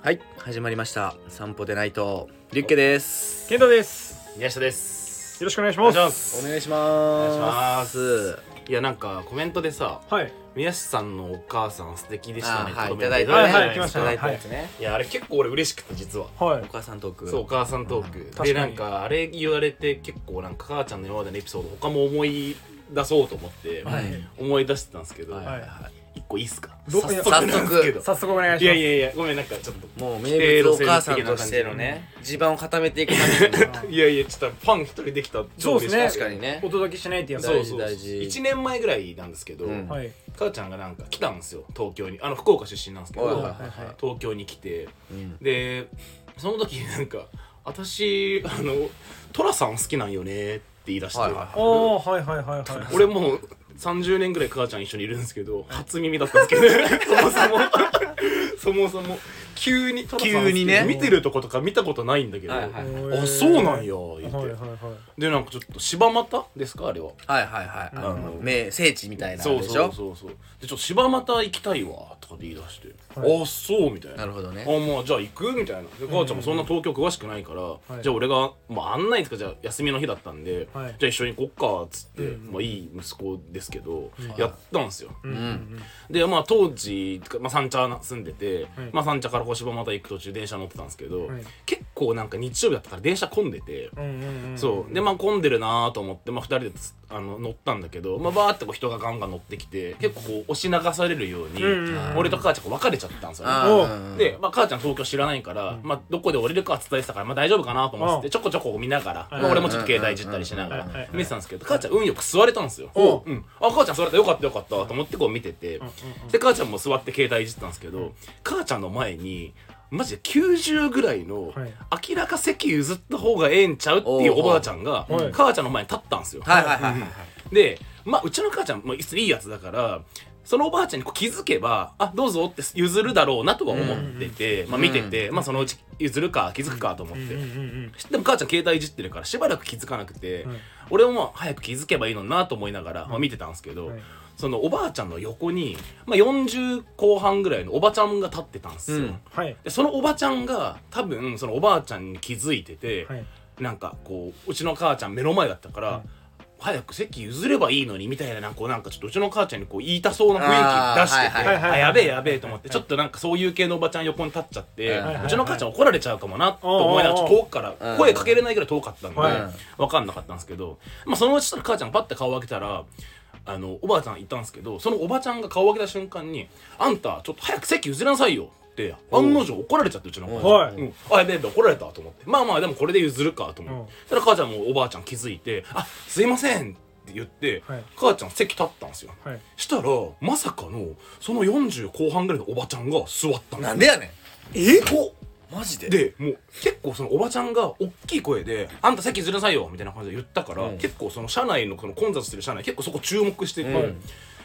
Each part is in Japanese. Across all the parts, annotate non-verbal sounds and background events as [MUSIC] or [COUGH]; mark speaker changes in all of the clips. Speaker 1: はい始まりました散歩でないとリュッケです
Speaker 2: 健太です。
Speaker 3: 宮下です
Speaker 2: よろしくお願いし
Speaker 3: お願
Speaker 2: ま
Speaker 3: い
Speaker 2: す。
Speaker 3: します
Speaker 1: お願いします
Speaker 3: お願いしますいやなんかコメントでさ
Speaker 2: はい。
Speaker 3: 宮下さんのお母さん素敵でした
Speaker 1: あ
Speaker 3: ね
Speaker 1: ーは
Speaker 3: コ
Speaker 1: いい
Speaker 3: メン
Speaker 1: た
Speaker 3: ト
Speaker 1: だいた
Speaker 2: は
Speaker 1: ね
Speaker 2: いはい来ました
Speaker 1: い
Speaker 2: ね
Speaker 1: ただいたやつね、
Speaker 3: いやあれ結構俺嬉しくて実は
Speaker 2: はい
Speaker 1: お。母さんトーク
Speaker 3: そうお母さんトーク、
Speaker 2: かに
Speaker 3: でなんかあれ言われて結構なんか母ちゃんの今までのエピソード他も思い出そうと思って、
Speaker 1: はい
Speaker 3: 思い出してたんですけど、
Speaker 1: はいはいはい
Speaker 3: 一個いいっすか
Speaker 2: ど
Speaker 3: 早速なんですけど
Speaker 2: 早速お願いします。
Speaker 3: いやいやいやごめんなんかちょっと
Speaker 1: もう名物お母さんとしてのね地盤を固めていくためにも
Speaker 3: [LAUGHS] いやいやちょっとファン一人できた
Speaker 2: そうですね
Speaker 1: 確かにね
Speaker 2: お届けしないってやつ。
Speaker 3: そ
Speaker 2: は
Speaker 3: うそう
Speaker 1: 大事大事
Speaker 3: 1年前ぐらいなんですけど、
Speaker 1: うん
Speaker 2: い。
Speaker 3: 母ちゃんがなんか来たんですよ東京にあの福岡出身なんですけど、
Speaker 1: はいはい
Speaker 2: はい
Speaker 3: 東京に来て
Speaker 1: うん
Speaker 3: でその時 [LAUGHS] なんか「私あの寅さん好きなんよね」って言い出して、
Speaker 1: はいはいは
Speaker 2: おー、はいはいはいはい。
Speaker 3: 俺もう30年ぐらい母ちゃん一緒にいるんですけど初耳だったんですけど [LAUGHS] そもそもそもそも急に寅さん好き
Speaker 1: 急にね
Speaker 3: 見てるとことか見たことないんだけど、
Speaker 1: はいはい
Speaker 3: あそうなん
Speaker 2: や。
Speaker 3: や
Speaker 2: は
Speaker 3: 言っ
Speaker 2: い
Speaker 3: て、
Speaker 2: はいはい。
Speaker 3: でなんかちょっと柴又ですかあれは
Speaker 1: はいはいはいあの名聖地みたいな
Speaker 3: そ
Speaker 1: ん
Speaker 3: う
Speaker 1: でし
Speaker 3: そ
Speaker 1: ょ
Speaker 3: うそうそうでちょっと柴又行きたいわとかで言い出して、
Speaker 2: はい
Speaker 3: あそうみたいな
Speaker 1: なるほどね
Speaker 3: あまあじゃあ行くみたいなで母ちゃんもそんな東京詳しくないから、
Speaker 2: い
Speaker 3: じゃあ俺が、まあ、案内ですかじゃあ休みの日だったんで、
Speaker 2: はい
Speaker 3: じゃあ一緒に行こっかっつって、
Speaker 2: うん
Speaker 3: まあ、いい息子ですけど、やったんすよ、
Speaker 2: うん
Speaker 3: でまあ当時、まあ、三茶住んでて、
Speaker 2: はい
Speaker 3: まあ、三茶から小柴又行く途中電車乗ってたんですけど、
Speaker 2: はい
Speaker 3: 結構なんか日曜日だったから電車混んでて、
Speaker 2: うんうんうん。
Speaker 3: そうでまあ混んでるなと思って、まあ、2人でつあの乗ったんだけど、まあ、バーってこう人がガンガン乗ってきて結構こう押し流されるように、
Speaker 2: うんうんうん
Speaker 3: 俺と母ちゃんこう別れちゃったんですよね
Speaker 1: あーうん
Speaker 3: で、まあ、母ちゃん東京知らないから、まあ、どこで降りるかは伝えてたから、まあ、大丈夫かなと思って
Speaker 2: うん
Speaker 3: てちょこちょこ見ながら、
Speaker 2: い
Speaker 3: まあ、俺もちょっと携帯いじったりしなが
Speaker 2: う
Speaker 3: ら
Speaker 2: んうんうんうん
Speaker 3: 見てたんですけど母ちゃん運よく座れたんですよ、
Speaker 2: おう
Speaker 3: うん、あ母ちゃん座れたよかったよかったと思ってこう見ててで母ちゃんも座って携帯いじってたんですけど母ちゃんの前にマジで90ぐらいの
Speaker 2: はい
Speaker 3: 明らか席譲った方がええんちゃうっていうおばあちゃんが
Speaker 2: はい
Speaker 3: 母ちゃんの前に立ったんですよ。
Speaker 1: はいはいはいはい
Speaker 3: で、まあ、うちの母ちゃんもいいやつだから、そのおばあちゃんにこう気づけば、あ、どうぞって譲るだろうなとは思ってて、まあ見てて、まあそのうち譲るか気づくかと思っ
Speaker 2: うんうん
Speaker 3: て。
Speaker 2: うん
Speaker 3: でも母ちゃん携帯いじってるからしばらく気づかなくて、
Speaker 2: はい
Speaker 3: 俺もまあ早く気づけばいいのになと思いながら、まあ、見てたんですけど、
Speaker 2: はい
Speaker 3: そのおばあちゃんの横に、まあ、40後半ぐらいのおばちゃんが立ってたんですよ、
Speaker 1: うん
Speaker 2: はい。
Speaker 3: でそのおばちゃんが多分そのおばあちゃんに気づいてて、
Speaker 2: はい。
Speaker 3: なんかこううちの母ちゃん目の前だったから、早く席譲ればいいのにみたいななんかこうなんかちょっとうちの母ちゃんにこう言いたそうな雰囲気出してて
Speaker 1: あー
Speaker 3: あ,、
Speaker 1: はい
Speaker 2: はいはい
Speaker 3: やべえやべえと思って、ちょっとなんかそういう系のおばちゃん横に立っちゃって、
Speaker 1: はいはいはいう
Speaker 3: ちの母ちゃん怒られちゃうかもなと思いながらちょっと遠くか
Speaker 1: うん
Speaker 3: ら声かけれないぐらい遠かったんで、
Speaker 2: はい
Speaker 3: 分かんなかったんですけど、まあ、そのうち母ちゃんがパッて顔を開けたら。あのおばあちゃんいたんですけどそのおばちゃんが顔を開けた瞬間に「あんたちょっと早く席譲りなさいよ」って案の定怒られちゃってうちの母ちゃん
Speaker 2: はい
Speaker 3: うん、あやべえやべえ怒られたと思ってまあまあでもこれで譲るかと思って、そしたら母ちゃんもおばあちゃん気づいて「あすいません」って言って、
Speaker 2: はい
Speaker 3: 母ちゃん席立ったんですよ、
Speaker 2: はい。
Speaker 3: したらまさかのその40後半ぐらいのおばちゃんが座ったんです
Speaker 1: な
Speaker 3: よ
Speaker 1: んでやねん
Speaker 3: えっ
Speaker 1: マジで
Speaker 3: でもう結構そのおばちゃんが大きい声で「あんた席譲りなさいよ」みたいな感じで言ったから、
Speaker 1: うん
Speaker 3: 結構その車内のその混雑してる車内結構そこ注目してて、
Speaker 1: うん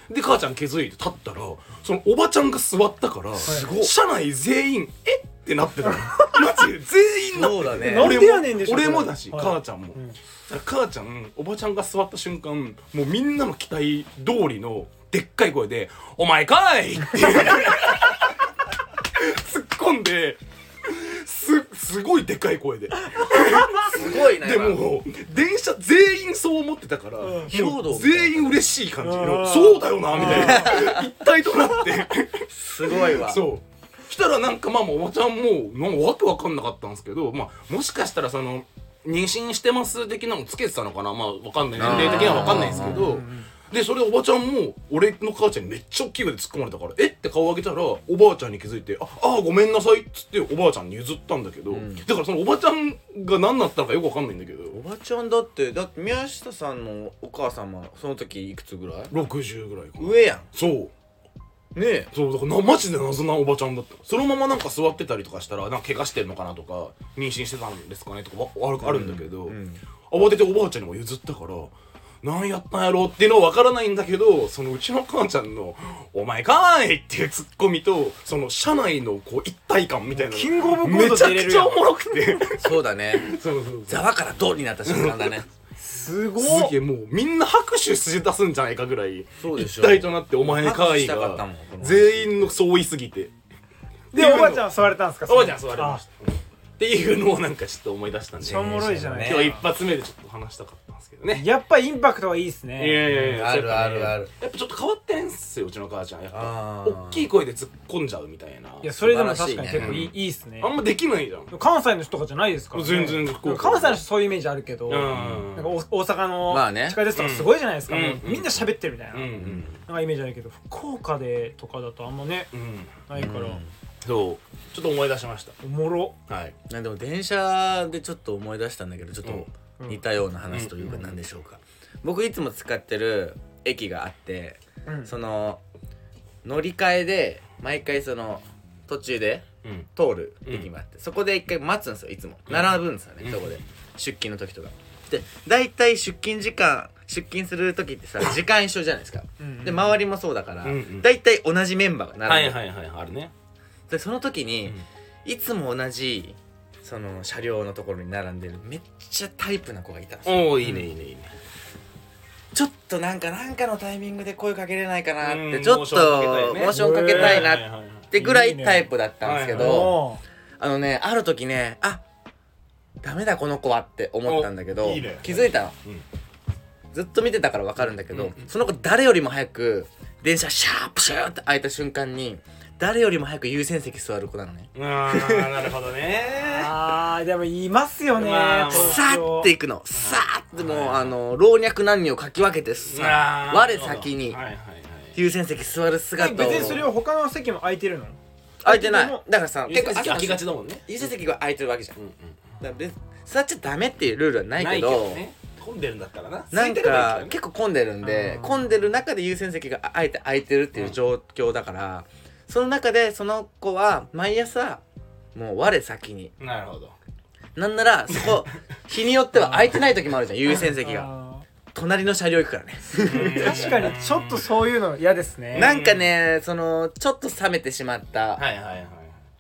Speaker 3: で母ちゃん気づいて立ったらそのおばちゃんが座ったから、
Speaker 1: ごい
Speaker 3: 車内全員「えっ?」てなってた
Speaker 1: [LAUGHS]
Speaker 3: のマジで全員なって
Speaker 1: そうだね
Speaker 2: なん
Speaker 3: 俺
Speaker 2: でやねんでし
Speaker 3: も
Speaker 2: ょ
Speaker 3: 俺も
Speaker 2: それ
Speaker 3: だし、
Speaker 2: はい
Speaker 3: 母ちゃんも、
Speaker 2: ん
Speaker 3: だから母ちゃんおばちゃんが座った瞬間もうみんなの期待通りのでっかい声で「お前かい!」って [LAUGHS] 突っ込んですすごいでっかい声です
Speaker 1: ごいな
Speaker 3: で
Speaker 1: 今
Speaker 3: も電車全員そう思ってたから、もう
Speaker 1: 兵道
Speaker 3: 全員嬉しい感じ
Speaker 2: う
Speaker 3: の
Speaker 2: ん
Speaker 3: そうだよなみたいな一体となって
Speaker 1: すごいわ
Speaker 3: そうしたらなんかまあもうおばちゃんもなんかわけわかんなかったんですけど、まあ、もしかしたらその妊娠してます的なのつけてたのかなまあわかんない年齢的にはわかんないんですけどでそれでおばちゃんも俺の母ちゃんにめっちゃ大きい声で突っ込まれたからえって顔上げたらおばあちゃんに気づいて「ああーごめんなさい」っつっておばあちゃんに譲ったんだけど、だからそのおばちゃんが何だったのかよくわかんないんだけど
Speaker 1: おばちゃんだってだって宮下さんのお母様その時いくつぐらい
Speaker 3: 60ぐらいかな
Speaker 1: 上やん
Speaker 3: そう
Speaker 1: ねえ
Speaker 3: そうだからなマジで謎なおばちゃんだったそのままなんか座ってたりとかしたらなんか怪我してるのかなとか妊娠してたんですかねとかわあるあるんだけど、慌てておばあちゃんにも譲ったから何やったんやろっていうのは分からないんだけどそのうちの母ちゃんの「お前かーい!」っていうツッコミとその社内のこう一体感みたいな
Speaker 2: キングオブコン
Speaker 3: め
Speaker 2: ト
Speaker 3: ちゃ
Speaker 2: 出れ
Speaker 3: く
Speaker 2: る
Speaker 3: ち
Speaker 2: や
Speaker 3: ゃ
Speaker 2: ん
Speaker 3: お。もろくて
Speaker 1: そうだね
Speaker 3: そうそう
Speaker 1: ざわからどうになった瞬間だね
Speaker 2: すごい。
Speaker 3: すげえもうみんな拍手し出すんじゃないかぐらい
Speaker 1: そうでしょ
Speaker 3: 一体となって「お前かーい」
Speaker 1: 拍手したかった
Speaker 3: が
Speaker 1: もんこの話
Speaker 3: 全員の相違すぎて
Speaker 2: でおばちゃんは座れたんですか
Speaker 3: おばちゃん座れましたっていうのをなんかちょっと思い出したんで
Speaker 2: しょうもろいじゃない
Speaker 3: 今日一発目でちょっと話したかったんですけど
Speaker 2: あ
Speaker 3: ね
Speaker 2: やっぱりインパクトはいいです
Speaker 3: いや
Speaker 2: ね
Speaker 3: いやいや
Speaker 4: あ
Speaker 3: そう
Speaker 4: る
Speaker 3: やっぱ
Speaker 4: あ
Speaker 3: ね
Speaker 4: るある
Speaker 3: やっぱちょっと変わってんすようちの母ちゃんやっぱ
Speaker 1: あー
Speaker 3: 大きい声で突っ込んじゃうみたいない
Speaker 2: やそれでも
Speaker 4: 素晴らし
Speaker 2: 確
Speaker 4: いね
Speaker 2: かに結構いいいいっすね
Speaker 3: あんまできないじゃん
Speaker 2: 関西の人とかじゃないですからね
Speaker 3: 全然福岡
Speaker 2: 関西の人そういうイメージあるけど
Speaker 3: うん
Speaker 2: なんかお大阪
Speaker 4: ま
Speaker 2: の
Speaker 4: あね
Speaker 2: 地下鉄とかすごいじゃないですか
Speaker 3: うん
Speaker 2: もうみんな喋ってるみたいな
Speaker 3: うん
Speaker 2: なん
Speaker 3: うん
Speaker 2: かイメージあるけど福岡でとかだとあんまね
Speaker 3: うん
Speaker 2: ないから
Speaker 3: そうちょっと思い出しまし
Speaker 2: おもろ
Speaker 3: たはい
Speaker 1: なんでも電車でちょっと思い出したんだけどちょっと
Speaker 2: うん
Speaker 1: 似たような話というか何でしょうか、僕いつも使ってる駅があって、
Speaker 2: うん
Speaker 1: その乗り換えで毎回その途中で
Speaker 3: うん
Speaker 1: 通る駅があって、そこで一回待つんですよいつも
Speaker 3: うん
Speaker 1: 並ぶんですよね、
Speaker 3: うん
Speaker 1: そこで出勤の時とかで大体出勤時間出勤する時ってさ時間一緒じゃないですか、
Speaker 2: うん
Speaker 1: で周りもそうだから、
Speaker 3: うんうん
Speaker 1: 大体同じメンバーが
Speaker 3: は
Speaker 1: 並
Speaker 3: い
Speaker 1: ぶ、
Speaker 3: はいはいあるね
Speaker 1: でその時に、
Speaker 3: うん
Speaker 1: いつも同じその車両のところに並んでるめっちゃタイプな子がいたんですよ
Speaker 3: おおいいねいいねいいね
Speaker 1: ちょっとなんかなんかのタイミングで声かけれないかなっ
Speaker 3: う
Speaker 1: て
Speaker 3: ん
Speaker 1: ちょっとモ
Speaker 3: モ
Speaker 1: ー
Speaker 3: ー
Speaker 1: シ
Speaker 2: シ
Speaker 1: ョ
Speaker 2: ョ
Speaker 1: ン
Speaker 2: ン
Speaker 1: か
Speaker 2: か
Speaker 1: け
Speaker 2: け
Speaker 1: た
Speaker 2: た
Speaker 1: い
Speaker 2: い
Speaker 1: な
Speaker 3: はい
Speaker 1: っ
Speaker 3: はいはい
Speaker 1: てぐら
Speaker 2: いい
Speaker 1: い
Speaker 2: ね
Speaker 1: タイプだったんですけ
Speaker 3: はいはい
Speaker 1: ど
Speaker 2: お
Speaker 1: あのねある時ねあダメだこの子はって思ったんだけど
Speaker 3: おいいね
Speaker 1: 気づいたの
Speaker 3: うん
Speaker 1: ずっと見てたから分かるんだけ
Speaker 3: う
Speaker 1: ど
Speaker 3: ん
Speaker 1: その子誰よりも早く電車シャープシューって開いた瞬間に誰よりも早く優先席座る子なのね
Speaker 3: あーなるほど [LAUGHS] ね
Speaker 2: あーでもいますよね
Speaker 3: まあ
Speaker 2: 東
Speaker 1: さ
Speaker 2: 京
Speaker 1: ーっていくのさーってもうあの老若男女をかき分けてさ
Speaker 3: あー
Speaker 1: 我先に
Speaker 3: はいはいはい
Speaker 1: 優先席座る姿を
Speaker 2: 別にそれを他の席も空いてるの
Speaker 1: 空いてない
Speaker 2: でも
Speaker 1: だからさ
Speaker 3: 結
Speaker 1: 結構
Speaker 3: 構
Speaker 1: 朝
Speaker 3: 空きがちだもんね
Speaker 1: 優先席が空いてるわけじゃん
Speaker 3: うんうん
Speaker 1: だから別に座っちゃダメっていうルールはないけど
Speaker 3: ね混んでるんだったらな
Speaker 1: なん
Speaker 3: 空いてればい
Speaker 1: か
Speaker 3: いけ
Speaker 1: 結構混んでるんで混んでる中で優先席があえて空いてるっていう状況だから、その中でその子は毎朝もう我先に
Speaker 3: どねなるほど
Speaker 1: なんならそこ日によっては空いてない時もあるじゃん優先席が
Speaker 2: あ
Speaker 1: 隣の車両行くからね
Speaker 2: ー確かにちょっとそういうの嫌ですね
Speaker 1: なんかねそのちょっと冷めてしまった、
Speaker 3: はいはいはい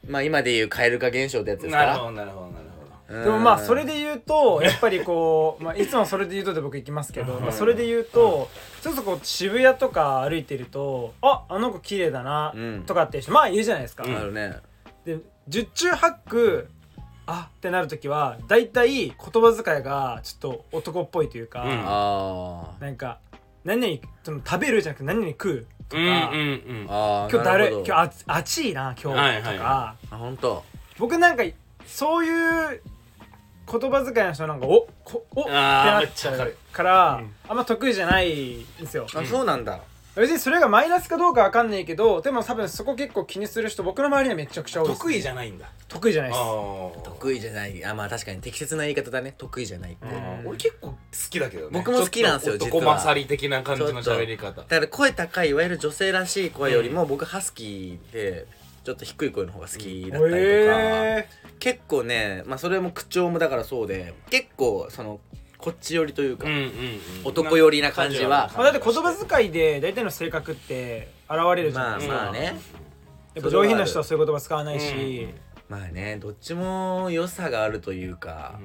Speaker 1: まあ今でいう蛙化現象ってやつですか
Speaker 3: なるほ
Speaker 1: ら
Speaker 3: どなるほどなる
Speaker 1: うん
Speaker 2: でもまあそれで言うとやっぱりこう、 [LAUGHS] まあ、いつもそれで言うとで僕行きますけど、まあ、それで言うとちょっとこう渋谷とか歩いてるとああの子綺麗だな
Speaker 1: うん
Speaker 2: とかっていう人まあいるじゃないですか、
Speaker 3: うん
Speaker 1: あるね
Speaker 2: で十中八九あってなる時は大体言葉遣いがちょっと男っぽいというか、
Speaker 3: うん
Speaker 1: あー
Speaker 2: なんか何々その食べるじゃなくて何々食うと
Speaker 3: ほど
Speaker 2: か、
Speaker 3: うんうん
Speaker 1: あー
Speaker 2: 今日だるい
Speaker 1: なほ
Speaker 2: 今
Speaker 1: ど
Speaker 2: 日ああちいな今日、
Speaker 3: はいはい
Speaker 2: とか
Speaker 1: あ本当
Speaker 2: 僕なんかそういう言葉遣いの人なんかおこおって
Speaker 3: あ
Speaker 2: な
Speaker 3: ー
Speaker 2: っちゃ
Speaker 3: めっちゃわか
Speaker 2: う
Speaker 3: る
Speaker 2: から、
Speaker 3: うん
Speaker 2: あんま得意じゃないんですよ
Speaker 1: あそうなんだ
Speaker 2: 別にそれがマイナスかどうかわかんないけどでも多分そこ結構気にする人僕の周りにはめちゃくちゃ多いです
Speaker 3: 得意じゃないんだ
Speaker 2: 得意じゃないです
Speaker 3: あ
Speaker 1: 得意じゃないあまあ確かに適切な言い方だね得意じゃないって
Speaker 3: あ
Speaker 2: ん
Speaker 3: 俺結構好きだけどね
Speaker 1: 僕も好きなんですよ
Speaker 3: ちょっ
Speaker 1: 実
Speaker 3: と
Speaker 1: は
Speaker 3: 男勝り的な感じの喋り方
Speaker 1: だから声高いいわゆる女性らしい声よりも僕ハスキーでちょっと低い声の方が好きだったりとか、
Speaker 2: え
Speaker 1: 結構ねまあそれも口調もだからそうで結構そのこっち寄りというか、
Speaker 3: うんうんうん
Speaker 1: 男寄りな感じは
Speaker 2: ーまあ、だって言葉遣いで大体の性格って現れるじゃないですか、
Speaker 1: まあまあね
Speaker 2: やっぱ上品な人はそういう言葉使わないし、
Speaker 1: まあねどっちも良さがあるというか、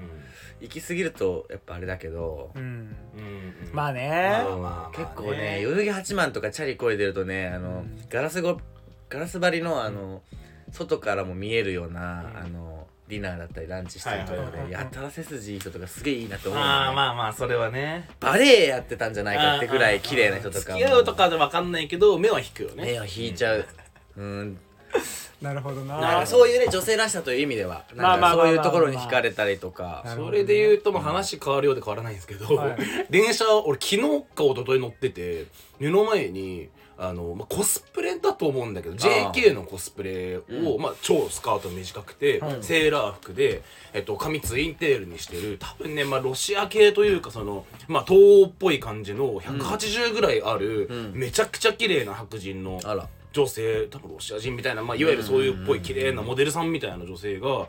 Speaker 3: う
Speaker 1: 行き過ぎるとやっぱあれだけど、
Speaker 2: うん
Speaker 3: んうんうん
Speaker 2: まあね、
Speaker 1: そう
Speaker 3: まあまあまあね
Speaker 1: 結構ね代々木八幡とかチャリこいでるとねあの、
Speaker 2: うん
Speaker 1: ガラスごガラス張りのあの、外からも見えるような、
Speaker 3: うん
Speaker 1: あのディナーだったりランチしてるとかね、
Speaker 3: はいはい
Speaker 2: はいはい
Speaker 1: やたら背筋いい人とかすげえいいなって思うのね、
Speaker 3: まあまあまあそれはね
Speaker 1: バレエやってたんじゃないかってぐらい綺麗な人とか
Speaker 3: 付
Speaker 1: も
Speaker 3: き合うとかでわかんないけど目は引くよ
Speaker 1: 目
Speaker 3: ね
Speaker 1: を引いちゃう、うん、
Speaker 2: なるほど
Speaker 1: だ
Speaker 2: な
Speaker 1: からそういうね女性らしさという意味では
Speaker 2: ま
Speaker 1: な
Speaker 2: あ
Speaker 1: ん
Speaker 2: ま
Speaker 1: か
Speaker 2: あまあまあ
Speaker 1: そういうところに惹かれたりとか、
Speaker 2: なるほど
Speaker 3: そ
Speaker 2: ね
Speaker 3: れで言うともう話変わるようで変わらないんですけど、
Speaker 2: はい
Speaker 3: 電車俺昨日か一昨日乗ってて目の前にあの、まあ、コスプレだと思うんだけど
Speaker 1: あー
Speaker 3: JK のコスプレを、
Speaker 1: う
Speaker 3: まあ、超スカート短くて、
Speaker 2: はい
Speaker 3: セーラー服で、えっと、髪ツインテールにしてる多分ね、まあ、ロシア系というかその、まあ、東欧っぽい感じの180ぐらいある、
Speaker 1: うん
Speaker 3: めちゃくちゃ綺麗な白人の
Speaker 1: あら
Speaker 3: 女性多分ロシア人みたいな、まあ、いわゆるそういうっぽい綺麗なモデルさんみたいな女性が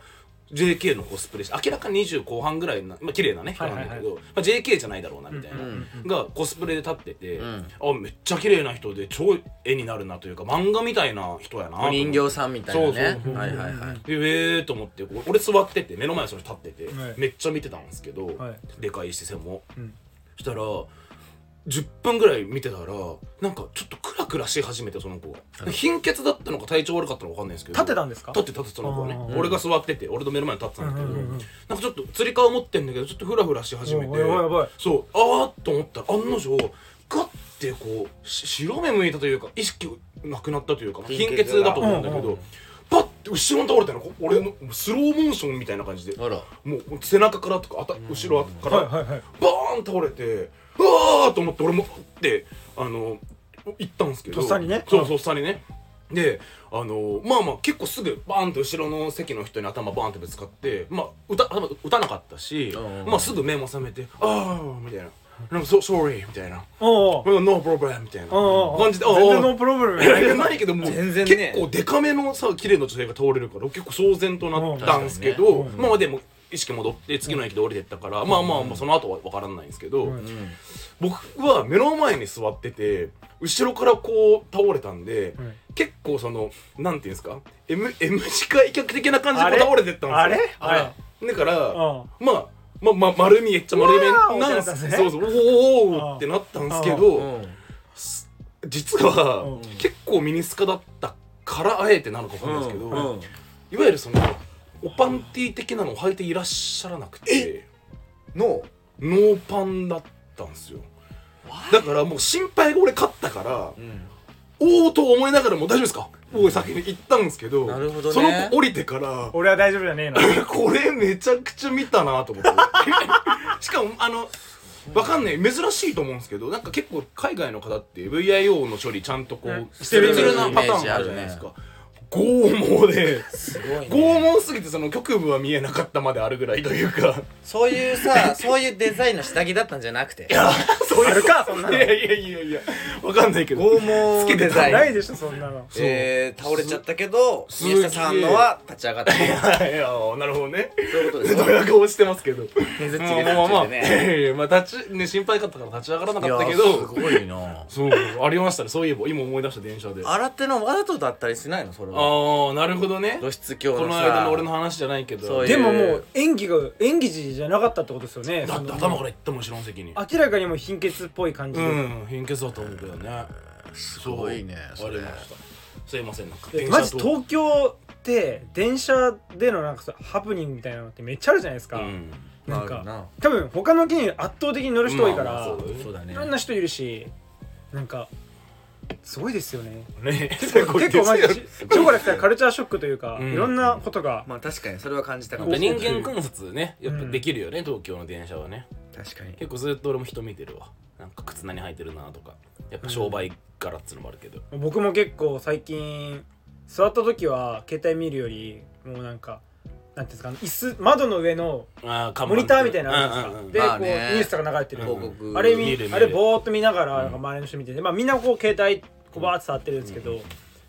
Speaker 3: JK のコスプレして明らかに20後半ぐらいな、まあ綺麗なね人なんだけど、まあ、JK じゃないだろうなみたいな、
Speaker 1: うん
Speaker 3: がコスプレで立ってて、
Speaker 1: ん
Speaker 3: あめっちゃ綺麗な人で超絵になるなというか漫画みたいな人やなと思
Speaker 1: お
Speaker 3: って
Speaker 1: 人形さんみたいなね
Speaker 3: そうそう
Speaker 1: はいはいはい
Speaker 3: でえーと思って俺座ってて目の前にそれ立ってて、
Speaker 2: はい
Speaker 3: めっちゃ見てたんですけど、
Speaker 2: はい
Speaker 3: でかい視線も、
Speaker 2: うん
Speaker 3: そしたら10分ぐらい見てたらなんかちょっとクラクラし始めてその子が貧血だったのか体調悪かったのか分かんないですけど
Speaker 2: 立ってたんですか
Speaker 3: 立って立ってその子はね
Speaker 2: あー
Speaker 3: 俺が座ってて俺の目の前に立ってたんだけど、
Speaker 2: うんうんうん
Speaker 3: なんかちょっとつり革持ってんだけどちょっとフラフラし始めて
Speaker 2: おいやばいやばい
Speaker 3: そうああと思ったら案の定ガッてこうし白目向いたというか意識なくなったというか
Speaker 1: 貧
Speaker 3: 貧
Speaker 1: 血
Speaker 3: 血だと思うんだけど、
Speaker 2: うんうん
Speaker 3: パッて後ろに倒れたのこ俺のスローモーションみたいな感じで
Speaker 1: あら
Speaker 3: もう背中からとかあた後ろから、
Speaker 2: はいはいはい
Speaker 3: バーン倒れてうわーと思って俺もってあの行ったんですけど
Speaker 2: とっさにね
Speaker 3: そうとっさにねであのまあまあ結構すぐバーンと後ろの席の人に頭バーンとぶつかってまあ打た頭打たなかったし
Speaker 1: うん
Speaker 3: まあすぐ目も覚めて「ああ」みたいな「なんか so sorry」みたいな「
Speaker 2: おうおう
Speaker 3: no problem」みたいな
Speaker 2: おうおう
Speaker 3: 感じで「ああ
Speaker 2: 全然ノープロブ
Speaker 3: いやい
Speaker 2: レ
Speaker 3: や
Speaker 2: ム
Speaker 3: [LAUGHS] ないけどもう
Speaker 1: 全然ね
Speaker 3: 結構デカめのさ綺麗な女性が倒れるから結構騒然となったんですけど、
Speaker 2: うん
Speaker 3: まあでも意識戻って次の駅で降りてったから、まあまあまあその後は分からないんですけど、
Speaker 2: うん
Speaker 3: 僕は目の前に座ってて後ろからこう倒れたんで、
Speaker 2: うん
Speaker 3: 結構そのなんていうんですか M, M 字開脚的な感じで
Speaker 2: あれ
Speaker 3: こう倒れてったんですよ
Speaker 2: あれ
Speaker 1: あら
Speaker 3: だから、
Speaker 2: うん
Speaker 3: まあまあまあ、丸見えっちゃ丸
Speaker 2: う
Speaker 3: め
Speaker 2: わー
Speaker 3: なん
Speaker 2: ってなったんですね
Speaker 3: そうそうおーおーおーってなったんですけど、
Speaker 1: うん
Speaker 3: 実は、
Speaker 2: うん
Speaker 3: 結構ミニスカだったからあえてなのかわかんないですけど、
Speaker 1: うん
Speaker 3: いわゆるそのおパンティー的なのを履いていらっしゃらなくて
Speaker 1: の
Speaker 3: ノーパンだったんですよだからもう心配が俺勝ったからおおと思いながらも大丈夫ですかおお先に行ったんですけど
Speaker 1: なるほどね
Speaker 3: その子降りてから
Speaker 2: 俺は大丈夫じゃねえの
Speaker 3: これめちゃくちゃ見たなと思って [LAUGHS] しかもあのわかんない珍しいと思うんですけどなんか結構海外の方って VIO の処理ちゃんとこ
Speaker 2: うん
Speaker 3: うしてるなパターンがあるじゃないですか剛毛で
Speaker 1: すごいね
Speaker 3: 拷問すぎてその局部は見えなかったまであるぐらいというか
Speaker 1: そういう
Speaker 3: [LAUGHS]
Speaker 1: さそういうデザインの下着だったんじゃなくて
Speaker 3: そういう
Speaker 2: あるかそんなの
Speaker 3: いやいやいやいやわかんないけど
Speaker 1: 剛
Speaker 3: [LAUGHS]
Speaker 1: 毛
Speaker 3: つけて
Speaker 1: デ
Speaker 3: た
Speaker 1: ザ
Speaker 2: な
Speaker 1: イ
Speaker 2: い
Speaker 1: ン
Speaker 2: でしょそんなの
Speaker 3: そう
Speaker 1: えー倒れちゃったけど
Speaker 3: す
Speaker 1: 宮下さんのは立ち上がった
Speaker 3: いやいやなるほどね
Speaker 1: そういうことです
Speaker 3: ド
Speaker 1: よ
Speaker 3: ヤ顔してますけど
Speaker 1: ねずっち
Speaker 3: まあ
Speaker 1: ねず
Speaker 3: まあ
Speaker 1: っ
Speaker 3: ま
Speaker 1: ち
Speaker 3: あ
Speaker 1: で
Speaker 3: い
Speaker 1: ね
Speaker 3: やいやまあ立ちね心配だったから立ち上がらなかったけ
Speaker 1: いやす
Speaker 3: ど
Speaker 1: ごいな
Speaker 3: そうありましたねそういえば今思い出した電車であ
Speaker 1: 洗ってのわざとだったりしないのそれ
Speaker 3: あ
Speaker 1: は
Speaker 3: ーなるほどね
Speaker 1: 露出狂の
Speaker 3: こ
Speaker 1: さ
Speaker 3: の間の俺の話じゃないけど
Speaker 1: そういう
Speaker 2: でももう演技が演技時じゃなかったってことですよね
Speaker 3: だって
Speaker 2: その
Speaker 3: 頭からいったもん後ろの席に
Speaker 2: 明らかにもう貧血っぽい感じ
Speaker 3: う
Speaker 2: で、
Speaker 3: ん貧血だと思うけどね
Speaker 1: す
Speaker 3: そう
Speaker 1: ごいねそ
Speaker 3: あり
Speaker 1: れ
Speaker 3: ましたすいませんなんか
Speaker 2: えマジ東京って電車でのなんかそうハプニングみたいなのってめっちゃあるじゃないですか、
Speaker 3: うん
Speaker 1: ま
Speaker 2: なん
Speaker 1: あある
Speaker 2: か
Speaker 1: な
Speaker 2: 多分他の駅に圧倒的に乗る人多いから、
Speaker 3: まあまあそうだよ
Speaker 1: そうだ
Speaker 2: い
Speaker 1: ね
Speaker 2: ろんな人いるしなんかすごいですよね
Speaker 3: ね
Speaker 2: 結構マジで
Speaker 3: すごい
Speaker 2: 超から来たらカルチャーショックというか、
Speaker 3: うん
Speaker 2: いろんなことが、
Speaker 1: まあ確かにそれは感じたか
Speaker 3: や
Speaker 1: も
Speaker 3: っ
Speaker 1: し
Speaker 3: ぱ
Speaker 1: れない
Speaker 3: 人間観察ねやっぱできるよね、東京の電車はね
Speaker 1: 確かに
Speaker 3: 結構ずっと俺も人見てるわなんか靴何履いてるなとかやっぱ商売柄っつうのもあるけど、
Speaker 2: 僕も結構最近座った時は携帯見るよりもうなんかなんていうんですか椅子窓の上の
Speaker 3: あー看板
Speaker 2: モニターみたいなのあ
Speaker 3: うんう
Speaker 2: る
Speaker 3: んうん
Speaker 2: じゃ
Speaker 1: ま
Speaker 2: ないです
Speaker 1: あ
Speaker 2: か、で、
Speaker 1: ね
Speaker 2: こうニュースとか流れてる、
Speaker 1: 広告
Speaker 2: あれ
Speaker 3: 見
Speaker 2: 見
Speaker 3: る見る
Speaker 2: あれぼーっと見ながら
Speaker 3: うん
Speaker 2: なんか周りの人見てて、まあみんなこう携帯こうバーって触ってるんですけど、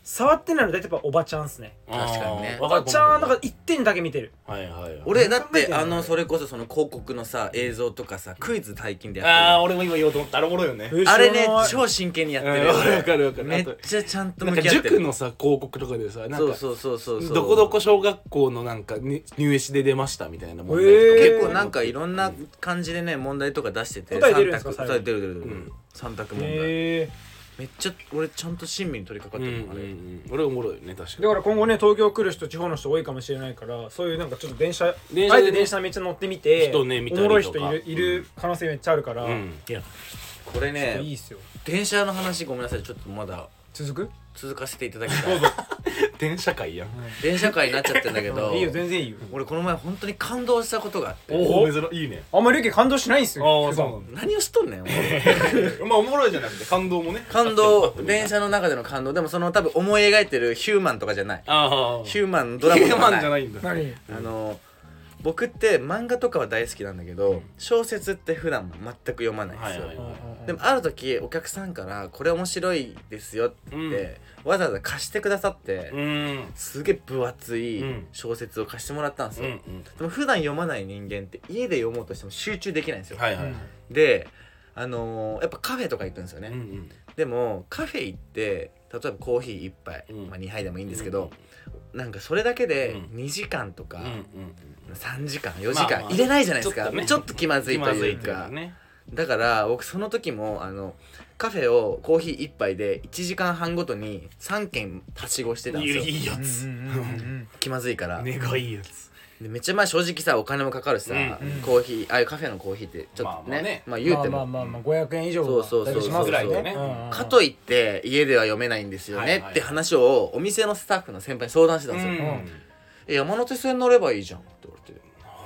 Speaker 2: 触ってないの大体やっぱおばちゃんっすね
Speaker 1: 確かにね
Speaker 2: お
Speaker 3: わ
Speaker 2: ばちゃんはなん
Speaker 3: か
Speaker 2: か一点だけ見てる
Speaker 3: はいはいはい
Speaker 1: 俺だっ
Speaker 2: 考えて
Speaker 1: て
Speaker 2: ない
Speaker 1: あのそれこそその広告のさ映像とかさクイズ大金で
Speaker 3: あ
Speaker 1: や
Speaker 3: あ俺も今言おうと思ったあれおもろいよね
Speaker 1: ってるあれね
Speaker 2: 後ろの
Speaker 1: 超真剣にやって
Speaker 3: うんわかるわか
Speaker 1: る
Speaker 3: るわ
Speaker 1: よ
Speaker 3: かる
Speaker 1: め
Speaker 3: あ
Speaker 1: っ
Speaker 3: と
Speaker 1: ちゃちゃんと
Speaker 3: なん
Speaker 1: 向
Speaker 3: か
Speaker 1: き合ってる
Speaker 3: 塾のさ広告とかでさなん
Speaker 1: そう
Speaker 3: か
Speaker 1: そうそうそうそう
Speaker 3: どこどこ小学校のなんかに入試で出ましたみたいな問題とか、
Speaker 2: へー
Speaker 1: 結構なんかいろんな感じでね問題とか出してて
Speaker 2: 答え出るんですか
Speaker 1: 三
Speaker 2: 最
Speaker 1: 択答え
Speaker 2: 後
Speaker 1: 出る出る出
Speaker 3: う
Speaker 1: る
Speaker 3: ん
Speaker 1: 三択問題
Speaker 2: へ
Speaker 1: めっちゃ俺ちゃんと親身に取り
Speaker 3: う
Speaker 1: 掛
Speaker 3: んう
Speaker 1: か
Speaker 3: ん
Speaker 1: ってる
Speaker 3: う
Speaker 1: のあれ
Speaker 3: ん俺おもろいよね確
Speaker 2: ー
Speaker 3: か
Speaker 2: だか
Speaker 3: に
Speaker 2: ら今後ね東京来る人地方の人多いかもしれないからそういうなんかちょっと電車
Speaker 3: 電車でね
Speaker 2: あえて電車めっちゃ乗ってみて
Speaker 3: 人ね見た
Speaker 2: お
Speaker 3: りと
Speaker 2: も
Speaker 3: か
Speaker 2: ろい人いるいる可能性めっちゃあるから、
Speaker 3: うんいや
Speaker 1: これね
Speaker 2: いいっすよ
Speaker 1: 電車の話ごめんなさいちょっとまだ
Speaker 2: 続く
Speaker 1: 続かせていただき
Speaker 3: [LAUGHS]
Speaker 1: たい
Speaker 3: 電車界やん
Speaker 1: 電車会になっちゃってんだけど
Speaker 3: [LAUGHS]
Speaker 2: いいよ全然いいよ
Speaker 1: 俺この前本当に感動したことがあって
Speaker 3: おお珍いいね
Speaker 2: あんまりゆき感動しないんすよ
Speaker 3: ああそうなんだ
Speaker 1: 何をしとんねんお前
Speaker 3: まあおもろいじゃなくて感動もね
Speaker 1: 感
Speaker 3: [LAUGHS]
Speaker 1: 動電車の中での感動でもその多分思い描いてるヒューマンとかじゃない
Speaker 3: [LAUGHS] ああ
Speaker 1: ヒューマンのドラマとか
Speaker 3: ヒューマンじゃないんだ
Speaker 2: 何
Speaker 1: あの僕って漫画とかは大好きなんだけど小説って普段全く読まないんですよ、
Speaker 3: はいはい
Speaker 1: でもある時お客さんから「これ面白いですよ」って言って、わざわざ貸してくださって、
Speaker 3: うん
Speaker 1: すげえ分厚い
Speaker 3: うん
Speaker 1: 小説を貸してもらったんです
Speaker 3: うん
Speaker 1: よ、でも普段読まない人間って家で読もうとしても集中できないんですよ、
Speaker 3: はいはいはい
Speaker 1: であのーやっぱカフェとか行くんですよね、
Speaker 3: うんうん
Speaker 1: でもカフェ行って例えばコーヒー1杯、
Speaker 3: うん
Speaker 1: まあ、2杯でもいいんですけど、なんかそれだけで
Speaker 3: うん
Speaker 1: 2時間と
Speaker 3: う
Speaker 1: か
Speaker 3: んうん
Speaker 1: 3時間4時
Speaker 3: まあ
Speaker 1: 間
Speaker 3: まあ
Speaker 1: 入れないじゃないですか、
Speaker 3: ちょっとね
Speaker 1: ちょっと気まずい
Speaker 3: 気
Speaker 1: と
Speaker 3: まず
Speaker 1: い
Speaker 3: いうという
Speaker 1: か
Speaker 3: かね
Speaker 1: だから僕その時もあのカフェをコーヒー1杯で1時間半ごとに3軒はしごしてたん
Speaker 3: い
Speaker 1: です
Speaker 3: や
Speaker 1: よ
Speaker 3: いいや
Speaker 2: うん
Speaker 3: つ
Speaker 2: うんうん
Speaker 1: 気まずいから、
Speaker 3: 根がいいやつ
Speaker 1: でめっちゃまあ正直さお金もかかるしさ、
Speaker 3: うん
Speaker 2: うん
Speaker 1: コーヒーああいうカフェのコーヒーってちょっと
Speaker 3: まあまあ
Speaker 1: ね
Speaker 3: ね
Speaker 1: まあ
Speaker 2: うん
Speaker 1: 言うて
Speaker 2: ま
Speaker 1: も
Speaker 2: あまあまあまあ500円以上は
Speaker 1: そうそうそう
Speaker 2: だいぶしま
Speaker 1: そ
Speaker 2: す
Speaker 1: うそうそう
Speaker 3: ぐらいでね
Speaker 2: うんうん
Speaker 1: かといって家では読めないんですよ
Speaker 3: はい
Speaker 1: ね
Speaker 3: はい
Speaker 1: って話をお店のスタッフの先輩に相談してたんですよ、
Speaker 2: ん
Speaker 1: え山手線乗ればいいじゃんって言われて